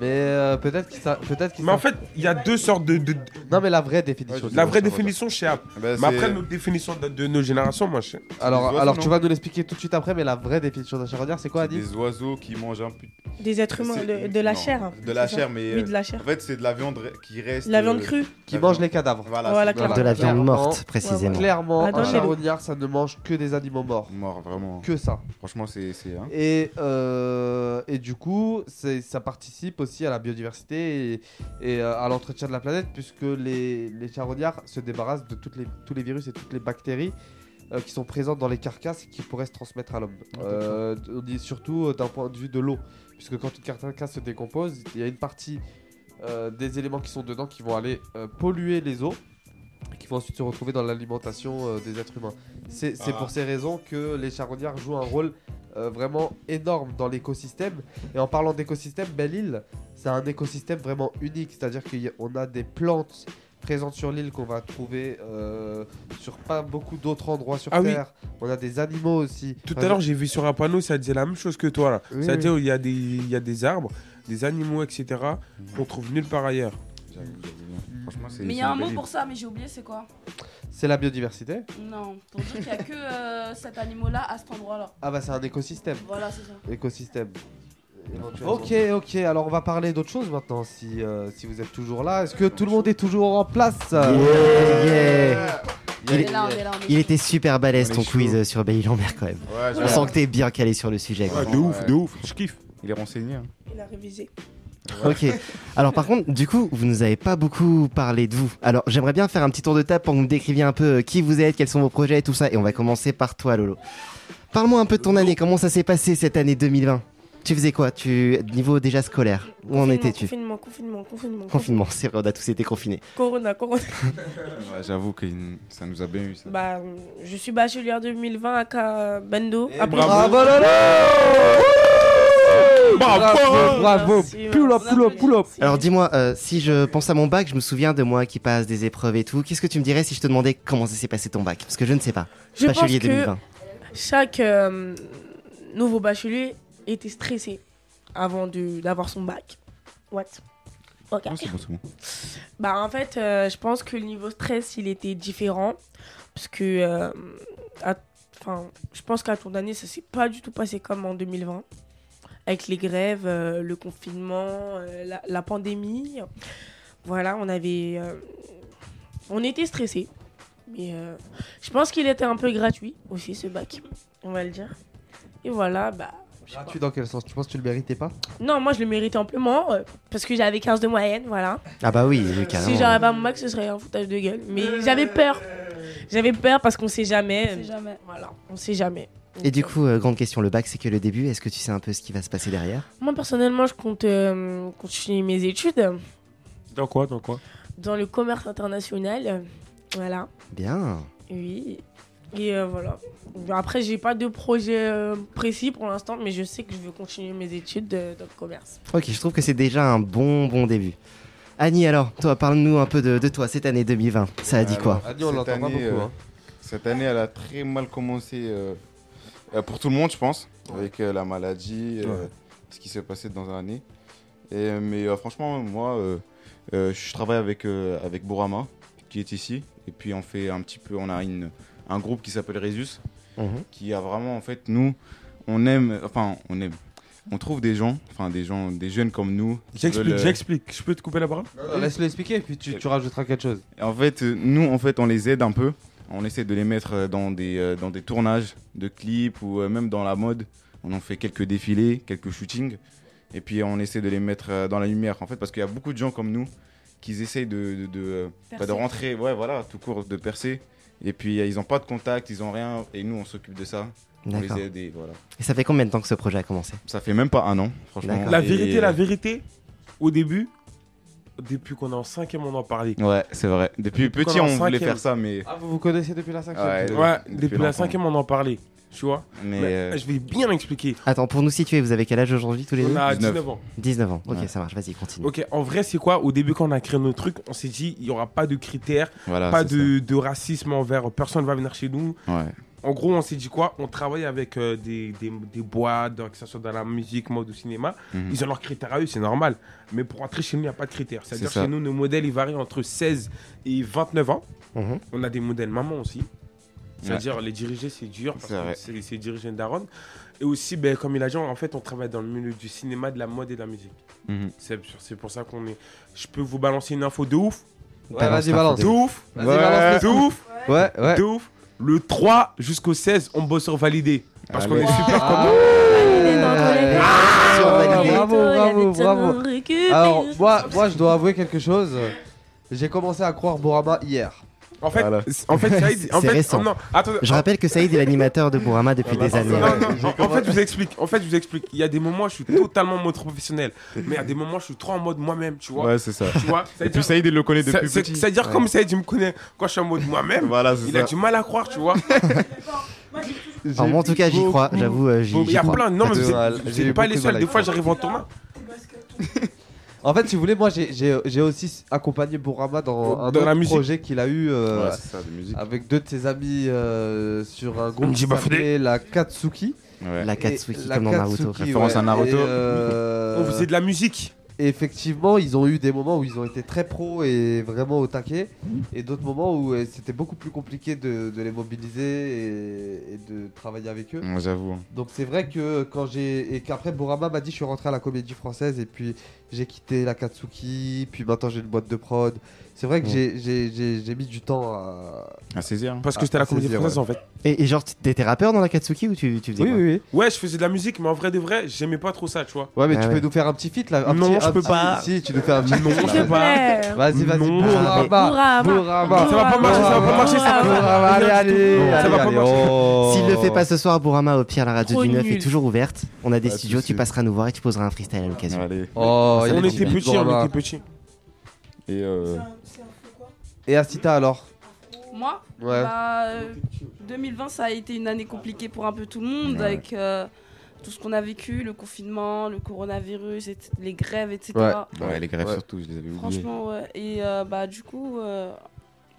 Mais euh, peut-être qu'ils sa- peut-être qu'ils Mais en savent- fait, il y a deux sortes de. de- Non, mais la vraie définition. La du vraie mot définition chez App. Bah, mais après, c'est- notre définition de, de nos générations, moi, je Alors, alors tu vas nous de l'expliquer tout de suite après, mais la vraie définition d'un charognard, c'est quoi, Adil Des oiseaux qui mangent un peu. Des êtres humains, C'est- de- de la non, chair, hein, De la c'est chair, ça mais. Oui, euh, de la chair. En fait, c'est de la viande re- qui reste. La viande euh, crue. Qui la mange viande- les cadavres. Voilà. Voilà, c'est- clairement. De la viande Clairement, morte, précisément. Clairement, Adam, un il est- charognard, ça ne mange que des animaux morts. Mort, vraiment. Que ça. Franchement, c'est. c'est, hein. Et, euh, et du coup, c'est- ça participe aussi à la biodiversité et, et, euh, à l'entretien de la planète, puisque les, les charognards se débarrassent de toutes les, tous les virus et toutes les bactéries euh, qui sont présentes dans les carcasses et qui pourraient se transmettre à l'homme. Euh, on dit surtout euh, d'un point de vue de l'eau, puisque quand une carcasse se décompose, il y a une partie euh, des éléments qui sont dedans qui vont aller euh, polluer les eaux et qui vont ensuite se retrouver dans l'alimentation euh, des êtres humains. C'est c'est Ah. pour ces raisons que les charognards jouent un rôle euh, vraiment énorme dans l'écosystème. Et en Ben parlant d'écosystème, Belle-Île, c'est un écosystème vraiment unique, c'est-à-dire qu'on a des plantes présente sur l'île qu'on va trouver euh, sur pas beaucoup d'autres endroits sur Ah oui. Terre. On a des animaux aussi. Tout à l'heure, j'ai vu sur un panneau, ça disait la même chose que toi. là. Oui, ça oui. disait il y, a des, il y a des arbres, des animaux, etc. qu'on trouve nulle part ailleurs. Franchement, c'est. Mais il y a un mot pour ça, mais j'ai oublié c'est quoi C'est la biodiversité. Non, pour dire qu'il n'y a que euh, cet animal-là à cet endroit-là. Ah bah c'est un écosystème. Voilà, c'est ça. Écosystème. Ok, ok, alors on va parler d'autre chose maintenant si, euh, si vous êtes toujours là. Est-ce que tout le monde est toujours en place Yeah, yeah. Il, Yeah, yeah. On est là, on est là, on est il était super balèze On est ton chaud. quiz euh, sur Bailly Lambert quand même. Ouais, On j'avoue. sent que t'es bien calé sur le sujet. Ouais, quoi. de ouf, de ouf, je kiffe. Il est renseigné. hein. Il a révisé. Ok. Alors par contre, du coup, vous nous avez pas beaucoup parlé de vous. Alors j'aimerais bien faire un petit tour de table pour que vous me décriviez un peu euh, qui vous êtes, quels sont vos projets et tout ça. Et on va commencer par toi, Lolo. Parle-moi un peu de ton année. Comment ça s'est passé cette année 2020 Tu faisais quoi Tu niveau déjà scolaire Où en étais-tu Confinement, confinement, confinement. Confinement. C'est vrai, on a tous été confinés. Corona, corona. Ouais, J'avoue que ça nous a bien eu. Ça. bah, je suis bachelier 2020 à Ka- Bendo. à Eh, bravo. Brest. Ah, Bravo, bravo. Pull up, pull up, pull up. Alors dis-moi, euh, si je pense à mon bac, je me souviens de moi qui passe des épreuves et tout. Qu'est-ce que tu me dirais si je te demandais comment ça s'est passé ton bac Parce que je ne sais pas. Je pense Bachelier que 2020. chaque euh, nouveau bachelier était stressé avant de- d'avoir son bac. What Ok. c'est bon, c'est bon. Bah en fait, euh, je pense que le niveau stress, il était différent. Parce que, euh, à- enfin, je pense qu'à ton année, ça s'est pas du tout passé comme en 2020. Avec les grèves, euh, le confinement, euh, la, la pandémie. Voilà, on avait... euh, on était stressés. Mais euh, je pense qu'il était un peu gratuit aussi, ce bac. On va le dire. Et voilà, bah... je sais pas. Gratuit dans quel sens Tu penses que tu le méritais pas Non, moi je le méritais amplement euh, parce que j'avais 15 de moyenne, voilà. Ah bah oui, oui, carrément. Si j'avais pas mon bac, ce serait un foutage de gueule. Mais j'avais peur. J'avais peur parce qu'on sait jamais. On sait jamais. Voilà, on sait jamais. Et du coup, euh, grande question, le bac c'est que le début. Est-ce que tu sais un peu ce qui va se passer derrière Moi personnellement, je compte euh, continuer mes études Dans quoi, dans quoi dans le commerce international. euh, Voilà, Bien. oui. Et euh, voilà. Après, j'ai pas de projet euh, précis pour l'instant, mais je sais que je veux continuer mes études euh, dans le commerce. Ok, je trouve que c'est déjà un bon bon début. Annie, alors, toi, parle-nous un peu de, de toi cette année 2020. Ça a dit Alors, quoi Annie, on cette l'entend pas année, beaucoup, euh, hein. Cette année, elle a très mal commencé euh, euh, pour tout le monde, je pense, avec euh, la maladie, euh, Ouais. ce qui s'est passé dans l'année. Et, mais euh, franchement, moi, euh, euh, je travaille avec, euh, avec Bourama, qui est ici. Et puis, on fait un petit peu, on a une, un groupe qui s'appelle Résus, Mhm. qui a vraiment, en fait, nous, on aime, enfin, on aime. On trouve des gens, enfin des gens, des jeunes comme nous. qui J'explique, veulent, euh, j'explique. Je peux te couper la parole Euh, Laisse-le expliquer puis tu, tu rajouteras quelque chose. et En fait, euh, nous, en fait, on les aide un peu. On essaie de les mettre euh, dans des, euh, dans des tournages de clips ou euh, même dans la mode. On en fait quelques défilés, quelques shootings. Et puis, on essaie de les mettre euh, dans la lumière, en fait, parce qu'il y a beaucoup de gens comme nous qui essayent de, de, de, euh, bah, de Percer. rentrer, ouais, voilà, tout court, de percer. Et puis, euh, ils n'ont pas de contact, ils n'ont rien. Et nous, on s'occupe de ça. On les D'accord. aide et voilà. Et ça fait combien de temps que ce projet a commencé Ça fait même pas un an, franchement. La vérité, Et- la vérité, au début, depuis qu'on est en cinquième, on en parlait. Ouais, c'est vrai. Depuis Depuis petit, qu'on est en on voulait cinquième. faire ça, mais. Ah, vous vous connaissez depuis la 5 Ouais, Ouais, depuis depuis longtemps. la cinquième, on en parlait. Tu vois Mais, euh, Bah, Je vais bien expliquer. Attends, pour nous situer, vous avez quel âge aujourd'hui tous les On deux a 19 ans. 19 ans, ok, Ouais. ça marche, vas-y, continue. Ok, en vrai, c'est quoi Au début, quand on a créé nos trucs, on s'est dit, il n'y aura pas de critères, Voilà, pas c'est de, de racisme envers personne va venir chez nous. Ouais. En gros, on s'est dit quoi On travaille avec euh, des, des, des boîtes, que ce soit dans la musique, mode ou cinéma. Mhm. Ils ont leurs critères à eux, c'est normal. Mais pour entrer chez nous, il n'y a pas de critères. C'est-à-dire ça. chez nous, nos modèles, ils varient entre 16 et 29 ans. Mhm. On a des modèles maman aussi. C'est-à-dire les diriger, c'est dur parce C'est vrai. que c'est c'est diriger une daronne. Et aussi, ben, comme il a dit, en fait, on travaille dans le milieu du cinéma, de la mode et de la musique. Mhm. C'est c'est pour ça qu'on est. Je peux vous balancer une info de ouf. Ouais, Balance vas-y, l'info balance. de De ouf. ouf. Vas-y, balance de les coups. ouf. Ouais, ouais. De ouf. Le 3 jusqu'au 16, on bosse sur validé. Parce qu'on est super Ah. comme Euh, Ah, Bravo, bravo, bravo. Alors, moi, moi, je dois avouer quelque chose. J'ai commencé à croire Borama hier. En fait, en fait, Saïd, en C'est fait, récent. oh non, attendez. Je rappelle que Saïd est l'animateur de Bourama Ah depuis bah, des années. Non, non, en, en fait, je vous explique. En fait, je vous explique. Il y a des moments, je suis totalement en mode professionnel. Mais il y a des moments, je suis trop en mode moi-même, tu vois. Ouais, c'est ça. Tu vois Et puis Saïd, il le connaît depuis petit. C'est-à-dire, Ouais. comme Saïd, il me connaît quand je suis en mode moi-même, Voilà, c'est il ça. a du mal à croire, tu vois. Alors, moi, en tout cas, j'y crois, j'avoue, euh, j'y Il y j'y a Ah, crois. plein. Non, mais Parce vous que- êtes- vous êtes pas les seuls. Des fois, j'arrive en tournoi. En fait, si vous voulez, moi j'ai- j'ai j'ai aussi accompagné Bourama dans un Dans autre la musique. projet qu'il a eu euh, Ouais, c'est ça, de musique. avec deux de ses amis euh, sur un groupe qui Mjiba Fudé. s'appelait la Katsuki. Ouais. La Et- Katsuki, la comme dans Naruto. Katsuki, Référence ouais. à Naruto. Et, euh, On faisait Oh, de la musique. et effectivement, ils ont eu des moments où ils ont été très pros et vraiment au taquet, et d'autres moments où euh, c'était beaucoup plus compliqué de, de les mobiliser et, et de travailler avec eux. Ouais, hein. j'avoue. Donc c'est vrai que quand j'ai et qu'après Bourama m'a dit je suis rentré à la Comédie Française et puis j'ai quitté la Katsuki, puis maintenant j'ai une boîte de prod. C'est vrai que Ouais. j'ai- j'ai- j'ai j'ai mis du temps à, À saisir. Parce Ah, que c'était à la Comédie Française, en fait. Et, et genre, t'étais rappeur dans la Katsuki ou tu, tu faisais quoi Ouais, je faisais de la musique, mais en vrai de vrai, j'aimais pas trop ça, tu vois. Ouais, mais Ah tu ouais. peux nous faire un petit feat là un Non, petit- je un peux petit- pas. Si, tu nous fais un petit Non, feat, je là. peux pas. Vas-y, vas-y. Non. Bourama. Ah, Bourama. Bourama. Ça va pas marcher, ça va pas marcher, ça va pas Bourama, allez, allez. Ça allez, va pas allez, marcher. oh. S'il le fait pas ce soir, Bourama, au pire, la radio Trop du 9 nul. est toujours ouverte. On a des Pas de studios, tu soucis. passeras nous voir et tu poseras un freestyle à l'occasion. Allez. Oh, il On est était gentil, petits, on Bourama. était petits. Et euh, Et Asita alors Moi Ouais. bah, euh, 2020, ça a été une année compliquée pour un peu tout le monde Ouais. avec euh, tout ce qu'on a vécu, le confinement, le coronavirus, et- les grèves, etc. ouais, les grèves Ouais. surtout, je les avais oubliées. Franchement, ouais. Et euh, bah, du coup, euh,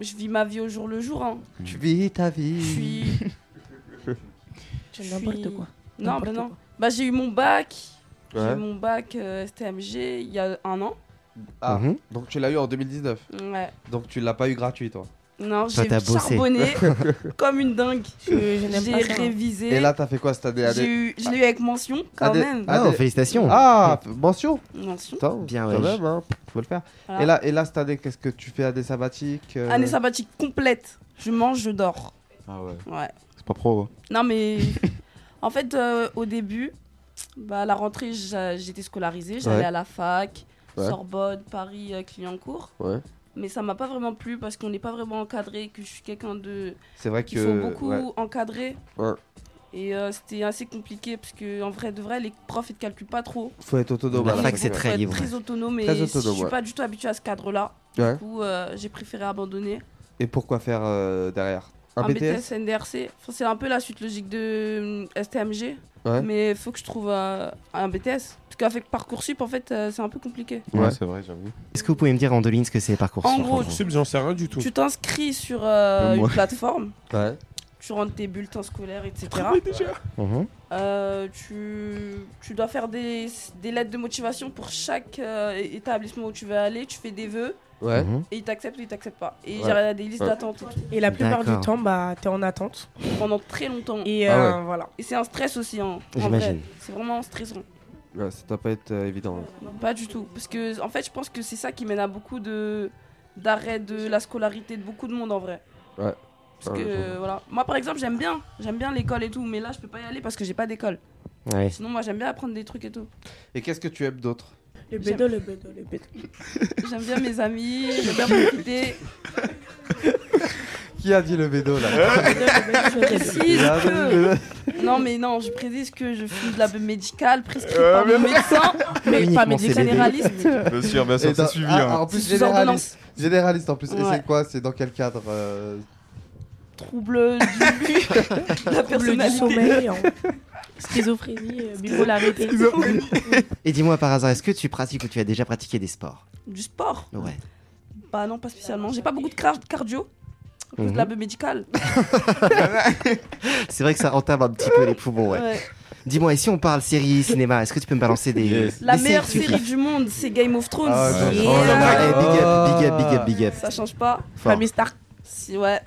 je vis ma vie au jour le jour. hein. Mm. Tu vis ta Je vie. suis. Tu je fais n'importe suis- quoi. Non, N'importe bah non. quoi. Bah, j'ai eu mon bac. J'ai Ouais. eu mon bac euh, STMG il y a un an. Ah, Mhm. donc tu l'as eu en 2019. Ouais. Donc tu l'as pas eu gratuit toi. Non, Toi, j'ai t'as bossé. charbonné comme une dingue. Je, je n'aime J'ai pas ça. révisé. Et là t'as fait quoi cette année J'ai année- eu, je l'ai eu avec mention quand année- même. Ah, année- oh, félicitations. Ah, f- mention. Mention. Putain, Bien, quand ouais. même, hein, faut le faire. Voilà. Et là, et là cette année, qu'est-ce que tu fais année sabbatique euh, Année sabbatique complète. Je mange, je dors. Ah ouais. Ouais. C'est pas pro. hein. Non mais en fait euh, au début, bah à la rentrée j'a- j'étais scolarisée, j'allais Ouais. à la fac, Ouais. Sorbonne, Paris, euh, Clignancourt. Ouais. Mais ça m'a pas vraiment plu parce qu'on n'est pas vraiment encadré, que je suis quelqu'un de C'est vrai qui sont que. beaucoup ouais. encadrés. Ouais. Et euh, c'était assez compliqué parce que en vrai de vrai les profs ils te calculent pas trop. Faut être autonome. La à Et fac, du c'est coup, très faut être libre. Très autonome et Très si autonome, je suis ouais. pas du tout habituée à ce cadre-là. Ouais. Du coup euh, j'ai préféré abandonner. Et pourquoi faire euh, derrière Un, un BTS, BTS NDRC. Enfin, c'est un peu la suite logique de hum, STMG. Ouais. Mais faut que je trouve euh, un BTS. Parce qu'avec Parcoursup, en fait, euh, c'est un peu compliqué. Ouais, Ouais. c'est vrai, j'avoue. Est-ce que vous pouvez me dire en deux lignes ce que c'est parcours En gros, Parcoursup, j'en sais rien du tout. Tu t'inscris sur euh, Comme moi. une plateforme, Ouais. tu rentres tes bulletins scolaires, etc. Travaille déjà. Mhm. Euh, tu, tu dois faire des, des lettres de motivation pour chaque euh, établissement où tu vas aller. Tu fais des vœux Ouais. et ils t'acceptent ou ils t'acceptent pas. Et il y Ouais. a des listes Ouais. d'attente et tout, Et la plupart du D'accord. temps, bah, t'es en attente. pendant très longtemps. Et, Et Ah euh, voilà. et c'est un stress aussi, hein, en vrai. J'imagine. C'est vraiment stressant. Ouais, ça doit pas être euh, évident. hein. Pas du tout. Parce que, en fait, je pense que c'est ça qui mène à beaucoup de d'arrêt de la scolarité de beaucoup de monde en vrai. Ouais. Parce Ah, Ouais, que, je vois. voilà. Moi, par exemple, j'aime bien. J'aime bien l'école et tout. Mais là, je peux pas y aller parce que j'ai pas d'école. Ouais. Sinon, moi, j'aime bien apprendre des trucs et tout. Et qu'est-ce que tu aimes d'autre Le bédo, le bédo, le bédo. J'aime bien mes amis. J'aime bien profiter. Qui a dit le bédo là Eh ben, Je précise Il a dit que- le bédo. Non, mais non, je précise que je fume de la beuh médicale prescrite par mon médecin. Mais Uniquement pas CBD. médecin généraliste. Bien sûr, bien Et sûr, dans- c'est suivi. ah, hein. En plus, Sous généraliste. ordonnance. Généraliste en plus. Et Ouais. c'est quoi C'est dans quel cadre euh, Trouble du de la Trouble du personnalité. sommeil, hein. schizophrénie, euh, bipolarité. Et dis-moi par hasard, est-ce que tu pratiques ou tu as déjà pratiqué des sports Du sport. Ouais. Bah non, pas spécialement. J'ai pas beaucoup de car- cardio. À cause Mhm. de la beuh médicale. C'est vrai que ça entame un petit peu les poumons, ouais. Ouais. Dis-moi, et si on parle série, cinéma, est-ce que tu peux me balancer des. Yes. La des meilleure séries que tu série du monde, c'est Game of Thrones. euh, Ah ouais, kiffes Oh là là, eh, big up, big up, big up, big up. Ça change pas. Fort. Famille Stark. Si, ouais.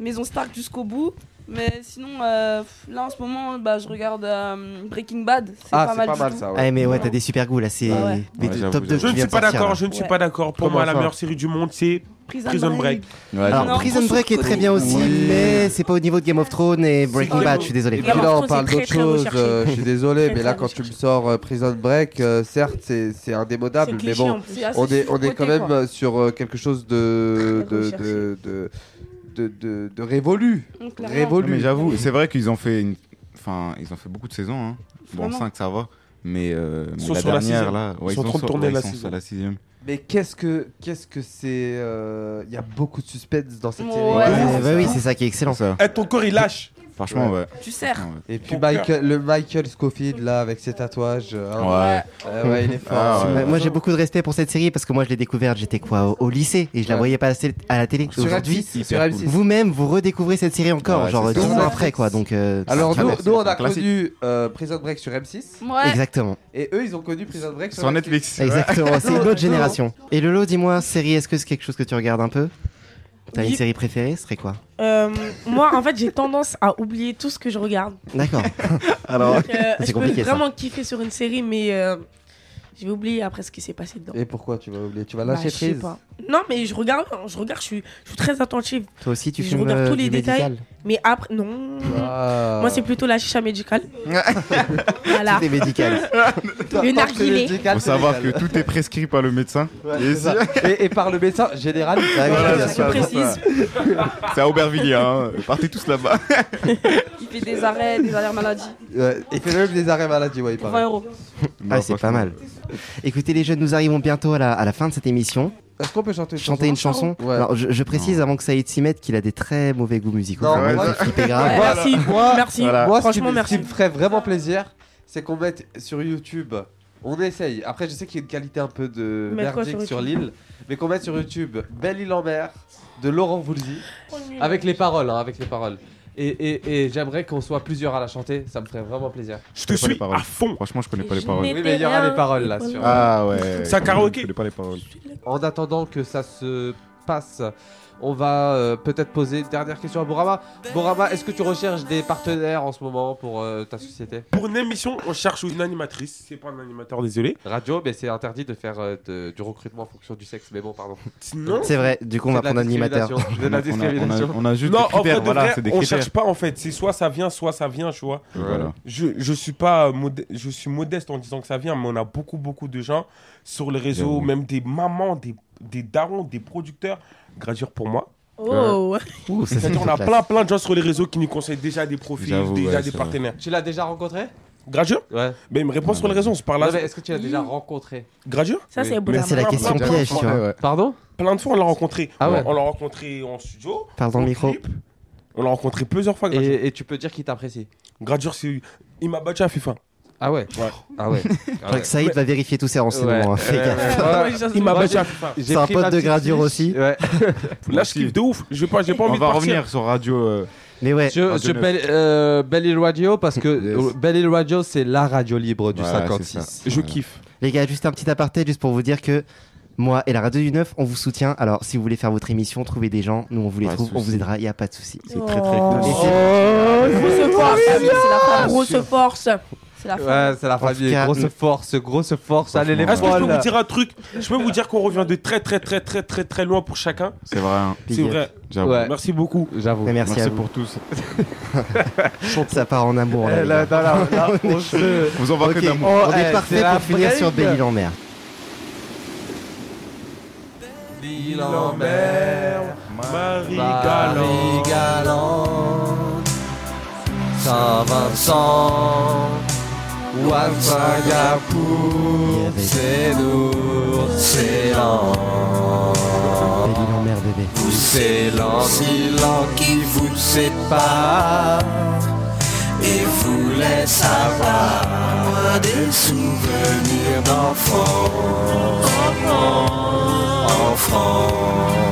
Maison Stark jusqu'au bout. Mais sinon, euh, là en ce moment, bah, je regarde euh, Breaking Bad. C'est Ah, pas c'est mal. pas du mal tout. ça. Ah, Ouais. mais ouais, t'as des super goûts là, c'est. Ah ouais. mais Ouais, de- j'avoue, top 2 j'avoue. Je ne suis pas d'accord, je ne suis Ouais. pas d'accord. Pour Comment moi, la ça meilleure série du monde, c'est Prison, Prison Break. Break. Ouais, Alors, Non, Prison on Break est très surcoté. bien aussi, Oui. mais c'est pas au niveau de Game of Thrones et Breaking Oh, C'est- Bah, Bad, je suis désolé. Et puis là, on parle Très, d'autre très chose. recherché. euh, je suis désolé, Très, mais très là, quand tu me recherché. sors euh, Prison Break, euh, certes, c'est c'est C'est indémodable, mais cliché bon. en plus. Ah, C'est assez on est, on est surcoté, quand même quoi. euh, sur euh, quelque chose de Très de, recherché. de, de, de, de- de révolu. Donc, clairement, Non, mais Révolu. j'avoue, c'est vrai qu'ils ont fait une... enfin, ils ont fait beaucoup de saisons hein. Bon, Vraiment. 5 ça va, mais, euh, mais sont la sur la dernière sixième. là, ouais, Ils sont en train de sur- tourner ouais, la ils sont saison. sur la sixième. Mais qu'est-ce que qu'est-ce que c'est euh, Il y a beaucoup de suspense dans cette Ouais. série. Ouais, Ouais, bah oui, c'est ça qui est excellent. Ça. Eh, ton corps, il lâche. Franchement, ouais. Tu sers. Et puis Ton bah, Michael, le Michael Scofield là avec ses tatouages. euh, hein. Euh, ouais, il est fort. Ah, ouais. Moi, Moi j'ai beaucoup de respect pour cette série parce que moi je l'ai découverte, j'étais quoi au, au lycée et je la Ouais. voyais pas assez à la télé. Et Sur Aujourd'hui, M6, sur M6. vous-même vous redécouvrez cette série encore, Ouais, genre c'est 10 ça. ans après quoi. Donc euh, Alors c'est nous, clair. nous, on a connu euh, Prison Break sur M6. Ouais. Exactement. Et eux ils ont connu Prison Break sur, Sur Netflix. Exactement, c'est une Nous, autre génération. Et Lolo, dis-moi, série, est-ce que c'est quelque chose que tu regardes un peu T'as une Oui. série préférée Ce serait quoi Euh, moi, en fait, j'ai tendance à oublier tout ce que je regarde. D'accord. Alors, Donc, euh, c'est je peux compliqué ça. vraiment kiffer sur une série, mais euh, je vais oublier après ce qui s'est passé dedans. Et pourquoi tu vas oublier Tu vas Bah, lâcher je sais prise. pas. Non, mais je regarde, hein, je regarde, je suis, je suis très attentive. Toi aussi, tu Je fumes, regarde euh, tous du les détails. médical Mais après, non. Ah. Moi, c'est plutôt la chicha médicale. voilà. Tout est médical. Le narguilé. Faut savoir que tout est prescrit par le médecin. Et, si- et, par le médecin général. Voilà, bien c'est sûr. ça, c'est ça. C'est à Aubervilliers, hein. partez tous là-bas. Il fait des arrêts, des arrêts maladie. Ouais, il fait même des arrêts maladie, ouais, il 20 paraît. euros. Ah, c'est pas mal. Écoutez les jeunes, nous arrivons bientôt à la, à la fin de cette émission. Est-ce qu'on peut chanter une Chanter une chanson chanson Ouais. Alors, je, je précise avant que Saïd s'y mette qu'il a des très mauvais goûts musicaux. Non, Vraiment, moi, j'ai flippé grave. Ouais, merci, Moi, merci. Voilà. moi, ce qui Franchement, me- merci. Ce qui me ferait vraiment plaisir, c'est qu'on mette sur YouTube. On essaye. Après, je sais qu'il y a une qualité un peu de Mettre quoi merdique sur sur YouTube l'île, mais qu'on mette sur YouTube Belle île en mer de Laurent Voulzy avec les paroles, hein, avec les paroles. Et, et- et j'aimerais qu'on soit plusieurs à la chanter. Ça me ferait vraiment plaisir. Je te suis à fond. Franchement, je connais pas les paroles. Oui, mais il y aura les paroles là. Sur... Ah ouais. C'est un Je karaoké. connais pas les paroles. En attendant que ça se passe, on va euh, peut-être poser une dernière question à Borama. Borama, est-ce que tu recherches des partenaires en ce moment pour euh, ta société Pour une émission, on cherche une animatrice. C'est pas un animateur, Oh, désolé. Radio, mais c'est interdit de faire euh, de- du recrutement en fonction du sexe. Mais bon, pardon. Non. C'est vrai, du coup, on C'est va de la prendre un animateur. discrimination, de la discrimination. On a- on a- on a juste non, des en vrai, critères, de voilà, vrai, c'est des on critères. cherche pas en fait. C'est soit ça vient, soit ça vient, tu vois. Euh, Voilà. Je, je suis pas modè- je suis modeste en disant que ça vient, mais on a beaucoup beaucoup de gens sur les réseaux, J'avoue. même des mamans, des, des darons, des producteurs. Gradure pour moi. Euh, Oh. Ouh, ça, c'est C'est-à-dire, on a classe. plein plein de gens sur les réseaux qui nous conseillent déjà des profils, J'avoue, déjà ouais, des c'est vrai. Ah, partenaires. Tu l'as déjà rencontré Gradure Ouais. Mais il me répond sur les réseaux, on se parle Non, là. mais Est-ce que tu l'as déjà rencontré Gradure Ça, c'est beau. Mais c'est la question piège, tu vois. Pardon Plein de fois, on l'a rencontré. Ah ouais. On- On l'a rencontré en studio. Parle dans le au micro. clip. On l'a rencontré plusieurs fois, Gradure. Et, et tu peux dire qu'il t'apprécie Gradure, c'est. Il m'a battu à FIFA. Ah ouais Ouais. Ah ouais. Je crois que Saïd va vérifier tous ses renseignements. hein, fais gaffe. Il m'a Moi, battu j'ai- à FIFA. j'ai C'est un pris ma pote de petite gradure fiche. aussi. Ouais. Là, je kiffe de ouf. J'ai pas, j'ai pas On envie de va partir. revenir sur Radio. euh, Mais ouais, Je, Radio je Neuf. belle, euh, Belle Île Radio parce que Yes. euh, Belle Île Radio c'est la radio libre du Voilà, c'est 56. ça. Je Ouais. kiffe. les gars, juste un petit aparté, juste pour vous dire que moi et la radio du 9, on vous soutient. Alors, si vous voulez faire votre émission, trouvez des gens. Nous, on vous les Pas de trouve, on souci. vous aidera. Il n'y a pas de souci. C'est très très cool. Et Oh. c'est- Grosse force, famille, c'est la femme. Grosse sûr. force. C'est la fin. Ouais, c'est la tout famille. cas, grosse nous- force, grosse force. Allez les Est-ce que je peux folles. vous dire un truc Je peux vous dire qu'on revient de très très très très très très loin pour chacun. C'est vrai. hein. Oh, C'est vrai. J'avoue. Ouais. Merci beaucoup. J'avoue. Mais merci, à Merci vous. pour tous. Ça part en amour. là, Eh, les là, gars. là, là, on se- On Vous embarquez Ok, d'amour. on Oh, est eh, parfait c'est la pour finir sur break. Belle-Île en mer. L'île en mer, Marie Bah, Marie Galante, Saint-Vincent, Ouan Singapour, c'est l'océan. Belle-Île en mer, bébé. C'est l'an qui vous sépare et vous laisse avoir des souvenirs d'enfants. Enfants.